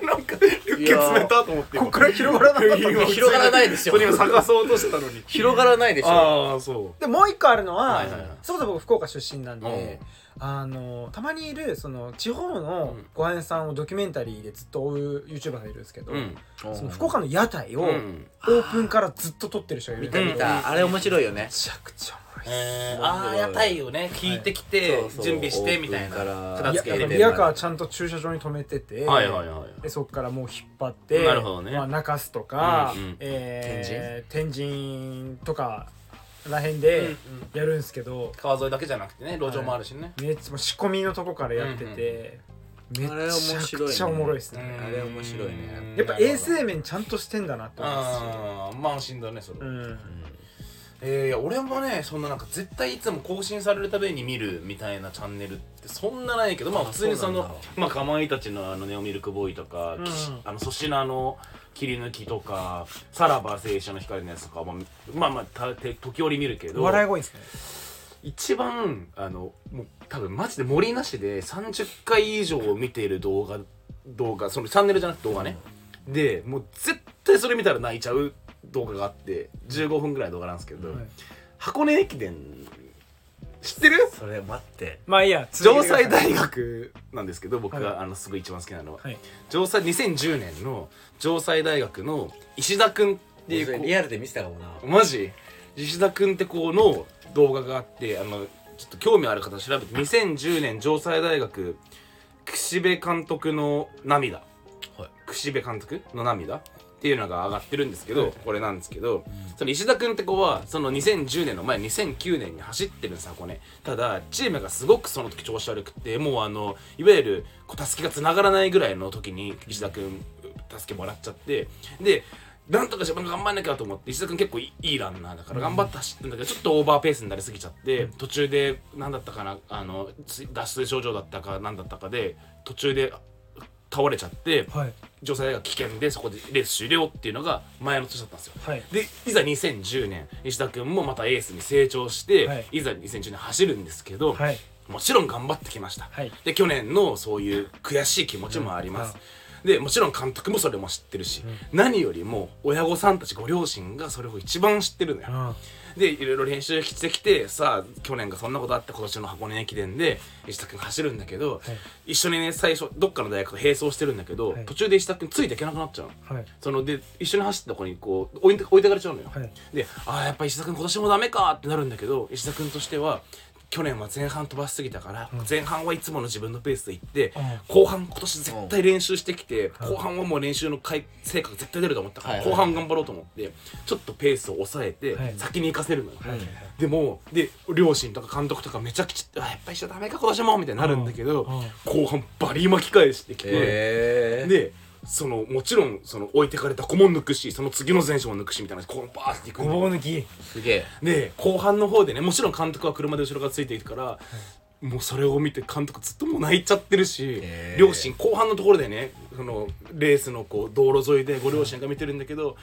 Speaker 7: なんか
Speaker 1: い
Speaker 7: 受け
Speaker 1: やー
Speaker 7: 詰めたと思って
Speaker 2: こっから広がらなかった
Speaker 7: 今
Speaker 8: 広がらないでしょ
Speaker 7: それ今探そうとしてたのに
Speaker 1: 広がらないでしょ
Speaker 7: ああそ
Speaker 2: [LAUGHS] でもう一個あるのは、
Speaker 7: はいはいはい
Speaker 2: そもそも僕福岡出身なんで、あのたまにいるその地方のご飯屋さんをドキュメンタリーでずっと追う YouTuber がいるんですけど、
Speaker 7: ううん
Speaker 2: その福岡の屋台を、
Speaker 7: うん
Speaker 2: オープンからずっと撮ってる人がいる
Speaker 1: 見た見たあれ面白いよね
Speaker 2: めちゃくちゃおもろいっ
Speaker 3: えああ屋台をね聞いてき
Speaker 1: は
Speaker 3: て
Speaker 1: いそうそう
Speaker 3: 準備してみたいな
Speaker 1: オープンから
Speaker 3: 片
Speaker 2: す
Speaker 3: 付け
Speaker 2: い
Speaker 3: 入
Speaker 2: や
Speaker 3: れて
Speaker 2: リアカーちゃんと駐車場に止めてて、
Speaker 7: はいはいはい
Speaker 2: でそこからもう引っ張って
Speaker 7: なるほどね
Speaker 2: まあ、中洲とか、
Speaker 7: うんうん
Speaker 2: えー天神とからへんでやるんすけど、
Speaker 3: 川沿いだけじゃなくてね路上もあるしね
Speaker 2: めっちゃ仕込みのとこからやってて、
Speaker 1: うんうん
Speaker 2: めちゃくちゃおもろいっすね
Speaker 1: あれ面白いね
Speaker 3: うん
Speaker 2: やっぱ衛生面ちゃんとしてんだなって思いますし
Speaker 3: ああまあしんどいねそれ
Speaker 2: うん
Speaker 3: えーいや俺もねそんななんか絶対いつも更新されるたびに見るみたいなチャンネルってそんなないけどまあ普通にそ
Speaker 1: そうな
Speaker 3: の
Speaker 1: んだ
Speaker 3: まあかまいたちのあのネオミルクボーイとか、
Speaker 2: うん
Speaker 3: きしあの粗品の切り抜きとかさらば青春の光のやつとかもまあまあたて時折見るけど
Speaker 2: お笑い声ですね
Speaker 3: 一番あのもう多分マジで森なしで30回以上見ている動画動画そのチャンネルじゃなくて動画ね、でもう絶対それ見たら泣いちゃう動画があって15分ぐらいの動画なんですけど、
Speaker 2: はい
Speaker 3: 箱根駅伝知ってる
Speaker 1: それ待って
Speaker 2: まあいいや
Speaker 3: 城
Speaker 2: 続けてくださ
Speaker 3: 西
Speaker 2: い
Speaker 3: 大学なんですけど僕が、
Speaker 2: は
Speaker 3: あのすごい一番好きなのは、
Speaker 2: はい
Speaker 3: 城西2010年の城西大学の石田君っていう子
Speaker 1: リアルで見せたかもな
Speaker 3: マジ石田君って子の動画があってあのちょっと興味ある方調べて2010年城西大学岸辺監督の涙、岸辺監督の涙っていうのが上がってるんですけど、これなんですけど、その石田君って子はその2010年の前2009年に走ってるんです箱根ただチームがすごくその時調子悪くてもうあのいわゆるこうたすきがつながらないぐらいの時に石田君助けもらっちゃってでなんとか自分が頑張んなきゃと思って石田君結構いいいいランナーだから頑張って走ってんだけどちょっとオーバーペースになりすぎちゃって途中で何だったかなあのつ脱水症状だったか何だったかで途中で倒れちゃって
Speaker 2: はい
Speaker 3: 女性が危険でそこでレース終了っていうのが前の年だったんですよ。
Speaker 2: はい
Speaker 3: でいざ2010年石田君もまたエースに成長して、
Speaker 2: はい
Speaker 3: い、ざ2010年走るんですけど、
Speaker 2: はい
Speaker 3: もちろん頑張ってきました、
Speaker 2: はい
Speaker 3: で去年のそういう悔しい気持ちもあります、でもちろん監督もそれも知ってるし、何よりも親御さんたちご両親がそれを一番知ってるのよ、
Speaker 2: うん
Speaker 3: でいろいろ練習してきてさあ去年がそんなことあって今年の箱根駅伝で石田君が走るんだけど、一緒にね最初どっかの大学と並走してるんだけど、
Speaker 2: はい
Speaker 3: 途中で石田君ついていけなくなっちゃうの。
Speaker 2: はい
Speaker 3: そので一緒に走った子にこう置いて置いてかれちゃうのよ、
Speaker 2: はい
Speaker 3: でああやっぱ石田君今年もダメかってなるんだけど石田君としては去年は前半飛ばしすぎたから、前半はいつもの自分のペースで行って、後半今年絶対練習してきて、後半はもう練習の回成果が絶対出ると思ったから、
Speaker 1: はいはい
Speaker 3: 後半頑張ろうと思ってちょっとペースを抑えて、
Speaker 2: はい
Speaker 3: 先に行かせるのよ、でもで両親とか監督とかめちゃくちゃあやっぱ石田ダメか今年もみたいになるんだけど、後半バリ巻き返してきて。
Speaker 1: ええ
Speaker 3: でそのもちろんその置いてかれた子も抜くしその次の前哨も抜くしみたいなこうバーっていく
Speaker 2: ごぼう抜き
Speaker 1: すげえ
Speaker 3: で後半の方でねもちろん監督は車で後ろがついていくから、もうそれを見て監督ずっともう泣いちゃってるし、
Speaker 1: へー
Speaker 3: 両親後半のところでねそのレースのこう道路沿いでご両親が見てるんだけど、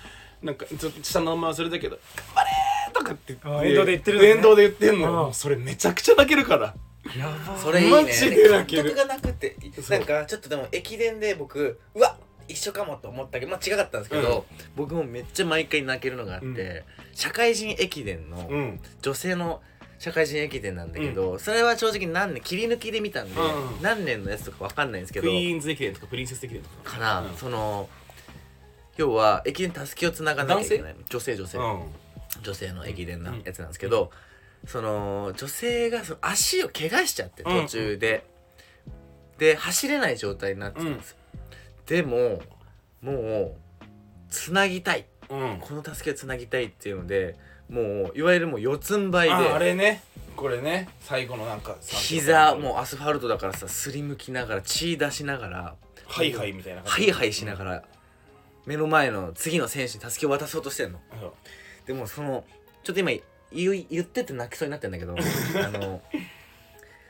Speaker 3: なんかちょっと下の名前忘れたけど「頑張れ!」とかって
Speaker 2: あー沿道で言ってるのね
Speaker 3: ね、沿道で言ってんのよ
Speaker 2: あー
Speaker 3: もうそれめちゃくちゃ泣けるから
Speaker 2: やば
Speaker 1: それいいね
Speaker 3: マジで泣け
Speaker 8: 監
Speaker 3: る
Speaker 8: 督がなくてなんかちょっとでも駅伝で僕うわ一緒かもと思ったけどまあ違かったんですけど、
Speaker 1: 僕もめっちゃ毎回泣けるのがあって、
Speaker 3: うん
Speaker 1: 社会人駅伝の、
Speaker 3: うん
Speaker 1: 女性の社会人駅伝なんだけど、それは正直何年切り抜きで見たんで、
Speaker 3: うん
Speaker 1: 何年のやつとかわかんないんですけ
Speaker 3: ク
Speaker 1: ど
Speaker 3: イーンズ駅伝とかプリンセス駅伝とか
Speaker 1: かな、
Speaker 3: うん
Speaker 1: その要は駅伝たすきをつながなきゃいけない女性女性、
Speaker 3: うん
Speaker 1: 女性の駅伝なやつなんですけど、その女性がその足を怪我しちゃって途中で、で走れない状態になってたんですよ、でももうつなぎたい
Speaker 5: うん
Speaker 1: この助けをつなぎたいっていうのでもういわゆるもう四つん這いで
Speaker 5: ああれねこれね最後のなんか
Speaker 1: 膝もうアスファルトだからさすりむきながら血出しながら
Speaker 5: ハイハイみたいな感
Speaker 1: ハ
Speaker 5: じ
Speaker 1: イハイしながら目の前の次の選手に助けを渡そうとしてんの
Speaker 5: うん
Speaker 1: でもそのちょっと今言い言ってて泣きそうになってんだけど [LAUGHS] あの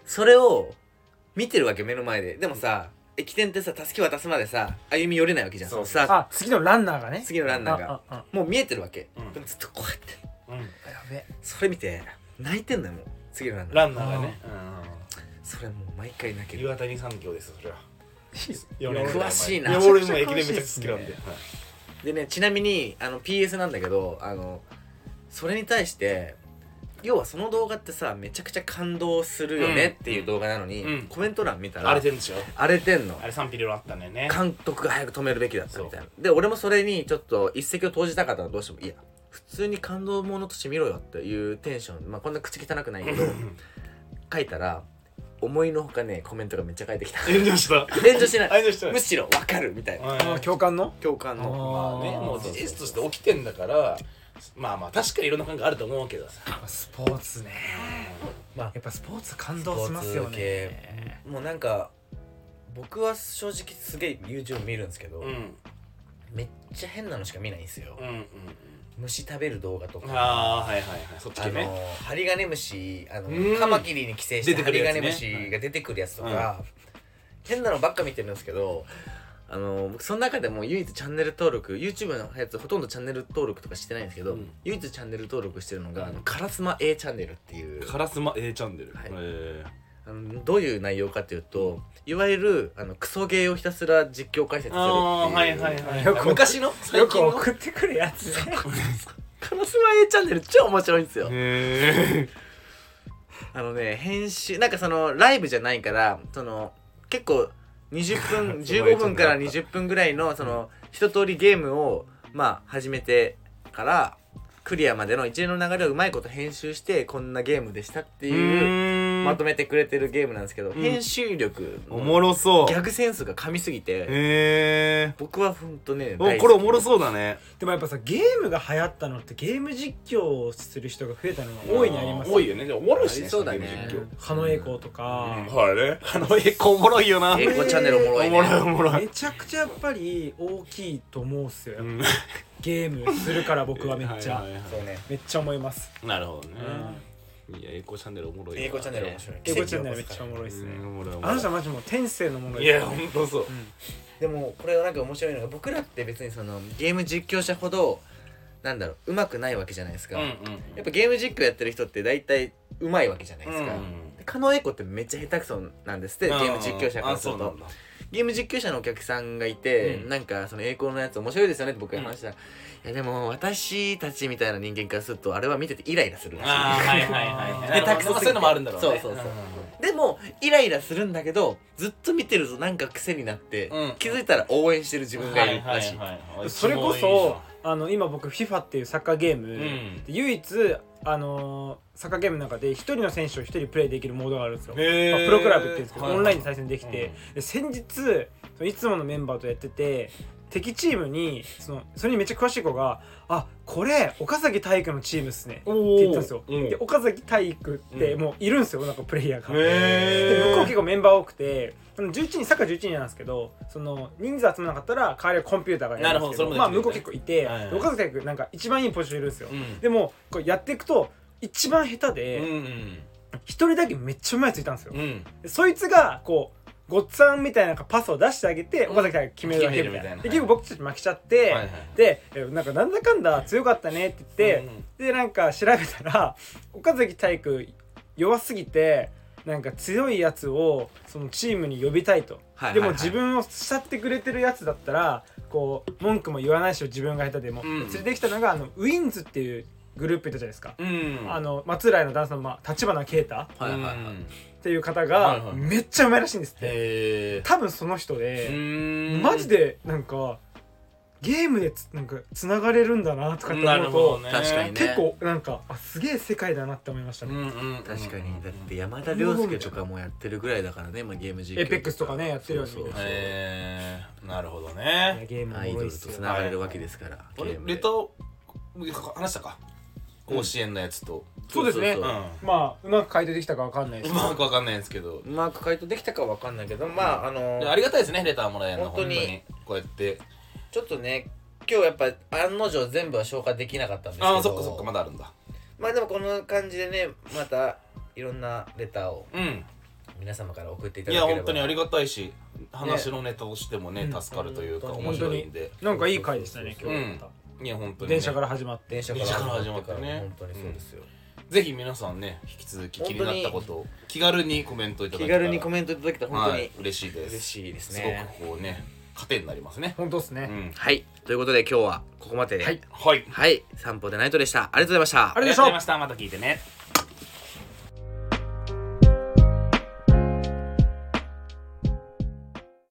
Speaker 1: それを見てるわけ目の前ででもさ駅伝ってさ助け渡すまでさ歩み寄れないわけじゃん
Speaker 5: そう
Speaker 1: さ
Speaker 2: あ次のランナーがね
Speaker 1: 次のランナーが
Speaker 2: あああ
Speaker 1: もう見えてるわけ、
Speaker 5: うん
Speaker 1: でもずっとこうやって
Speaker 5: うん
Speaker 2: やべ
Speaker 1: それ見て泣いてんだよもう次のランナー
Speaker 5: ランナーがね
Speaker 1: それもう毎回泣け
Speaker 5: うん
Speaker 1: る
Speaker 5: 岩谷産業ですそれは
Speaker 2: や
Speaker 5: 四
Speaker 2: ば
Speaker 5: 年ぐら
Speaker 1: 詳しいな
Speaker 5: 前いや俺も駅伝めちゃくちゃ好きなんではい
Speaker 1: でねちなみにあの PS なんだけどあのそれに対して要はその動画ってさめちゃくちゃ感動するよねっていう動画なのに、
Speaker 5: うん
Speaker 1: コメント欄見たら
Speaker 5: 荒れてるんですよ
Speaker 1: 荒れてんの
Speaker 5: あれ賛否両論あったんだよね
Speaker 1: 監督が早く止めるべきだったみたいなで俺もそれにちょっと一石を投じたかったらどうしてもいや普通に感動ものとして見ろよっていうテンションまあこんな口汚くないけど書いたら思いのほかねコメントがめっちゃ返ってきた
Speaker 5: 炎上 [LAUGHS] した
Speaker 1: 連動しない
Speaker 5: 炎上した
Speaker 1: むしろわかるみたいな
Speaker 2: あ共感の
Speaker 1: 共感の
Speaker 5: まあねもう事実として起きてんだからまあまあ確かにいろんな感があると思うけどさ
Speaker 2: スポーツねまあやっぱスポーツ感動しますよね
Speaker 4: もうなんか僕は正直すげえ YouTube 見るんですけど、
Speaker 5: うんうん
Speaker 4: めっちゃ変なのしか見ないんですよ、
Speaker 5: うん
Speaker 4: 虫食べる動画とか
Speaker 5: ああはいはいはいそっち
Speaker 4: あ
Speaker 5: 系
Speaker 4: の
Speaker 5: ね
Speaker 4: ハリガネムシあの
Speaker 5: うん
Speaker 4: カマキリに寄生し
Speaker 5: 出
Speaker 4: て
Speaker 5: て
Speaker 4: ハ
Speaker 5: くる
Speaker 4: リガ
Speaker 5: やつね
Speaker 4: ネムシが出てくるやつとか、変なのばっか見てるんですけど
Speaker 1: あの僕その中でも唯一チャンネル登録 YouTube のやつほとんどチャンネル登録とかしてないんですけど、
Speaker 5: うん
Speaker 1: 唯一チャンネル登録してるのが、あのカラスマ A チャンネルっていう
Speaker 5: カラスマ A チャンネル
Speaker 1: はい
Speaker 5: え
Speaker 1: あのどういう内容かというといわゆるあのクソゲーをひたすら実況解説するっていう
Speaker 5: ああーはいはいはい
Speaker 2: よく
Speaker 5: 昔の最
Speaker 2: よ
Speaker 5: 近
Speaker 2: く
Speaker 5: の
Speaker 2: 送ってくるやつね
Speaker 1: カラスマ A チャンネル超面白いんですよ、
Speaker 5: へ
Speaker 1: あのね編集なんかそのライブじゃないからその結構20分
Speaker 5: [LAUGHS]
Speaker 1: 15分から20分ぐらいのその一通りゲームをまあ始めてからクリアまでの一連の流れをうまいこと編集してこんなゲームでしたって
Speaker 5: え
Speaker 1: いうまと
Speaker 5: め
Speaker 1: めてくれてるゲームなんですけど
Speaker 5: ん
Speaker 1: 編集力
Speaker 5: おもろそう
Speaker 1: ギャ
Speaker 5: へ
Speaker 1: グセンスが噛みすぎて
Speaker 5: え
Speaker 1: 僕はほんとね
Speaker 5: おこれおもろ
Speaker 1: う
Speaker 5: そうだね
Speaker 2: [LAUGHS] でもやっぱさゲームが流行ったのってゲーム実況をする人が増えたのは大いにあります
Speaker 5: 多いよねでもおもろいし
Speaker 1: あ
Speaker 5: ね
Speaker 1: りそうだね
Speaker 5: の実
Speaker 2: 狩野英孝とか、
Speaker 5: 況はいねあの結構おもろいよな
Speaker 1: 英語チャンネルおもろい
Speaker 5: おもろい
Speaker 1: ね
Speaker 5: おもろい
Speaker 2: めちゃくちゃやっぱり大きいと思うっすよ、
Speaker 5: うん
Speaker 2: ゲームするから僕はめっちゃ
Speaker 5: はいはいは
Speaker 4: そうね
Speaker 2: めっちゃ思います
Speaker 5: いなるほどねいや英語チャンネルおもろいよ
Speaker 4: 英語チャンネル面白い
Speaker 2: 英語チ
Speaker 4: 奇
Speaker 2: ャン
Speaker 4: 跡
Speaker 2: ネ
Speaker 4: を起
Speaker 2: ルめっ
Speaker 4: こす
Speaker 2: ち
Speaker 4: か
Speaker 2: ゃお
Speaker 4: ら
Speaker 2: もろいっすね
Speaker 5: うんおもろいおもろい
Speaker 2: あの人はマジもう天性のもの
Speaker 5: いや本当そう
Speaker 1: でもこれはなんか面白いのが僕らって別にそのゲーム実況者ほどなんだろううまくないわけじゃないですか、やっぱゲーム実況やってる人って大体うまいわけじゃないですか、で狩野英孝ってめっちゃ下手くそなんですってゲーム実況者からするとゲーム実況者のお客さんがいて、
Speaker 5: うん
Speaker 1: なんかその栄光のやつ面白いですよねって僕が話したら、いやでも私たちみたいな人間からするとあれは見ててイライラするらしい
Speaker 5: ああはいはいはい
Speaker 1: でタクソ
Speaker 5: そ
Speaker 1: すぎて
Speaker 5: ういうのもあるんだろうね
Speaker 1: そうそうそうでもイライラするんだけどずっと見てるとなんか癖になって、
Speaker 5: うん
Speaker 1: 気づいたら応援してる自分がいるらしい、
Speaker 2: それこそあの今僕 FIFA っていうサッカーゲーム、
Speaker 5: ん
Speaker 2: で唯一あのーサッカーゲームの中で一人の選手を一人プレイできるモードがあるんですよ、
Speaker 5: へー
Speaker 2: まあプロクラブっていうんですけど、
Speaker 5: はいはい
Speaker 2: オンラインで対戦できて、で先日そのいつものメンバーとやってて敵チームにそのそれにめっちゃ詳しい子が「あこれ岡崎体育のチームっすね」って言ったんですよ、
Speaker 5: うん
Speaker 2: で岡崎体育って
Speaker 5: うん
Speaker 2: もういるんですよなんかプレイヤーが、で向こう
Speaker 5: へ
Speaker 2: 結構メンバー多くてその11人サッカー11人なんですけどその人数集まらなかったら代わりはコンピューターがやるんですけ
Speaker 5: なるほどそ
Speaker 2: ど
Speaker 5: れもできる
Speaker 2: まあ向こう結構いて、
Speaker 5: はいはい
Speaker 2: で岡崎体育なんか一番いいポジションいるんですよ、
Speaker 5: うん
Speaker 2: でもこうやっていくと一番下手
Speaker 5: うん
Speaker 2: で一、人だけめっちゃうまいやついたんですよ
Speaker 5: う、ん
Speaker 2: でそいつがこうごっつぁんみたいななんかパスを出してあげて岡崎さんが決めるだけみた
Speaker 5: 決める
Speaker 2: いな
Speaker 5: みたいな
Speaker 2: で結構僕たち負けちゃって、
Speaker 5: はいはい
Speaker 2: でえなんかなんだかんだ強かったねって言って、でなんか調べたら [LAUGHS] 岡崎体育弱すぎてなんか強いやつをそのチームに呼びたいと、
Speaker 1: はいはいはい
Speaker 2: でも自分を慕ってくれてるやつだったらこう文句も言わないし自分が下手でも、
Speaker 5: ん
Speaker 2: 連れてきたのがあのウィンズっていうグループいたじゃないですか、
Speaker 5: うん
Speaker 2: あの松浦井のダンスの、まあ、立花啓太っ
Speaker 1: はいはいはい、
Speaker 2: ていう方
Speaker 5: はい
Speaker 2: が
Speaker 5: はい
Speaker 2: めっちゃうまいらしいんですって、
Speaker 5: へ
Speaker 2: 多分その人
Speaker 5: え
Speaker 2: で、
Speaker 5: マ
Speaker 2: マジでなんかゲームでつなんかつながれるんだなとかって
Speaker 3: な
Speaker 2: 思
Speaker 3: る
Speaker 2: う
Speaker 3: ほど
Speaker 2: と、
Speaker 3: ね
Speaker 9: 確かにね
Speaker 2: 結構なんかあすげえ世界だなって思いました
Speaker 3: う
Speaker 2: ね、
Speaker 3: んうんうん
Speaker 9: 確かにだって山田涼介とかもやってるぐらいだからね今ゲーム実況
Speaker 2: エイペックスとかねやってるよね
Speaker 9: そうそうそう
Speaker 3: えー、なるほど
Speaker 2: いや
Speaker 3: ね
Speaker 2: ゲームも
Speaker 9: アイド
Speaker 2: 多い
Speaker 9: ル
Speaker 2: っ
Speaker 9: と
Speaker 2: す
Speaker 9: つ
Speaker 2: よ
Speaker 9: ながれるわけですから
Speaker 3: あれ
Speaker 9: ゲームで
Speaker 3: レター話したか甲子園のやつと
Speaker 2: そうですね
Speaker 9: そううんそう
Speaker 2: まあうまく回答できたかわかんない
Speaker 9: [LAUGHS]
Speaker 2: で
Speaker 3: う
Speaker 2: す
Speaker 3: まくわかんないんですけど
Speaker 1: うまく回答できたかわかんないけどまああの
Speaker 3: でありがたいですねレターもらえるの
Speaker 1: 本
Speaker 3: 本
Speaker 1: 当
Speaker 3: 当
Speaker 1: に
Speaker 3: にこうやって
Speaker 1: ちょっとね今日やっぱ案の定全部は消化できなかったんですけど
Speaker 3: ああそっかそっかまだあるんだ
Speaker 1: まあでもこの感じでねまたいろんなレターを
Speaker 3: うん
Speaker 1: 皆様から送っていた
Speaker 3: い
Speaker 1: だ
Speaker 3: や
Speaker 1: ければ
Speaker 3: 本当にありがたいし話のネタとしてもね
Speaker 2: うん
Speaker 3: 助かるというか
Speaker 1: 本当に
Speaker 3: 面白いんで
Speaker 2: なんかいい回でしたね今日はまた、
Speaker 3: いや本当にね
Speaker 2: 電車から始まって
Speaker 1: 電車から
Speaker 3: 電車から始まってね
Speaker 1: 本当にそうですよ、
Speaker 3: ぜひ皆さんね引き続き気になったことを気軽にコメントいた
Speaker 1: 気
Speaker 3: だけたら
Speaker 1: 軽にコメントいただけたら本当
Speaker 3: はい
Speaker 1: に
Speaker 3: 嬉しいです
Speaker 1: 嬉しいです
Speaker 3: す
Speaker 1: ね、
Speaker 3: ごくこうね糧になりますね
Speaker 2: 本当っすね、
Speaker 3: うん
Speaker 9: はいということで今日はここまでで
Speaker 3: はい
Speaker 9: はい散歩でナイトでしたありがとうございました
Speaker 2: ありがとうございました
Speaker 3: したまた聞いてね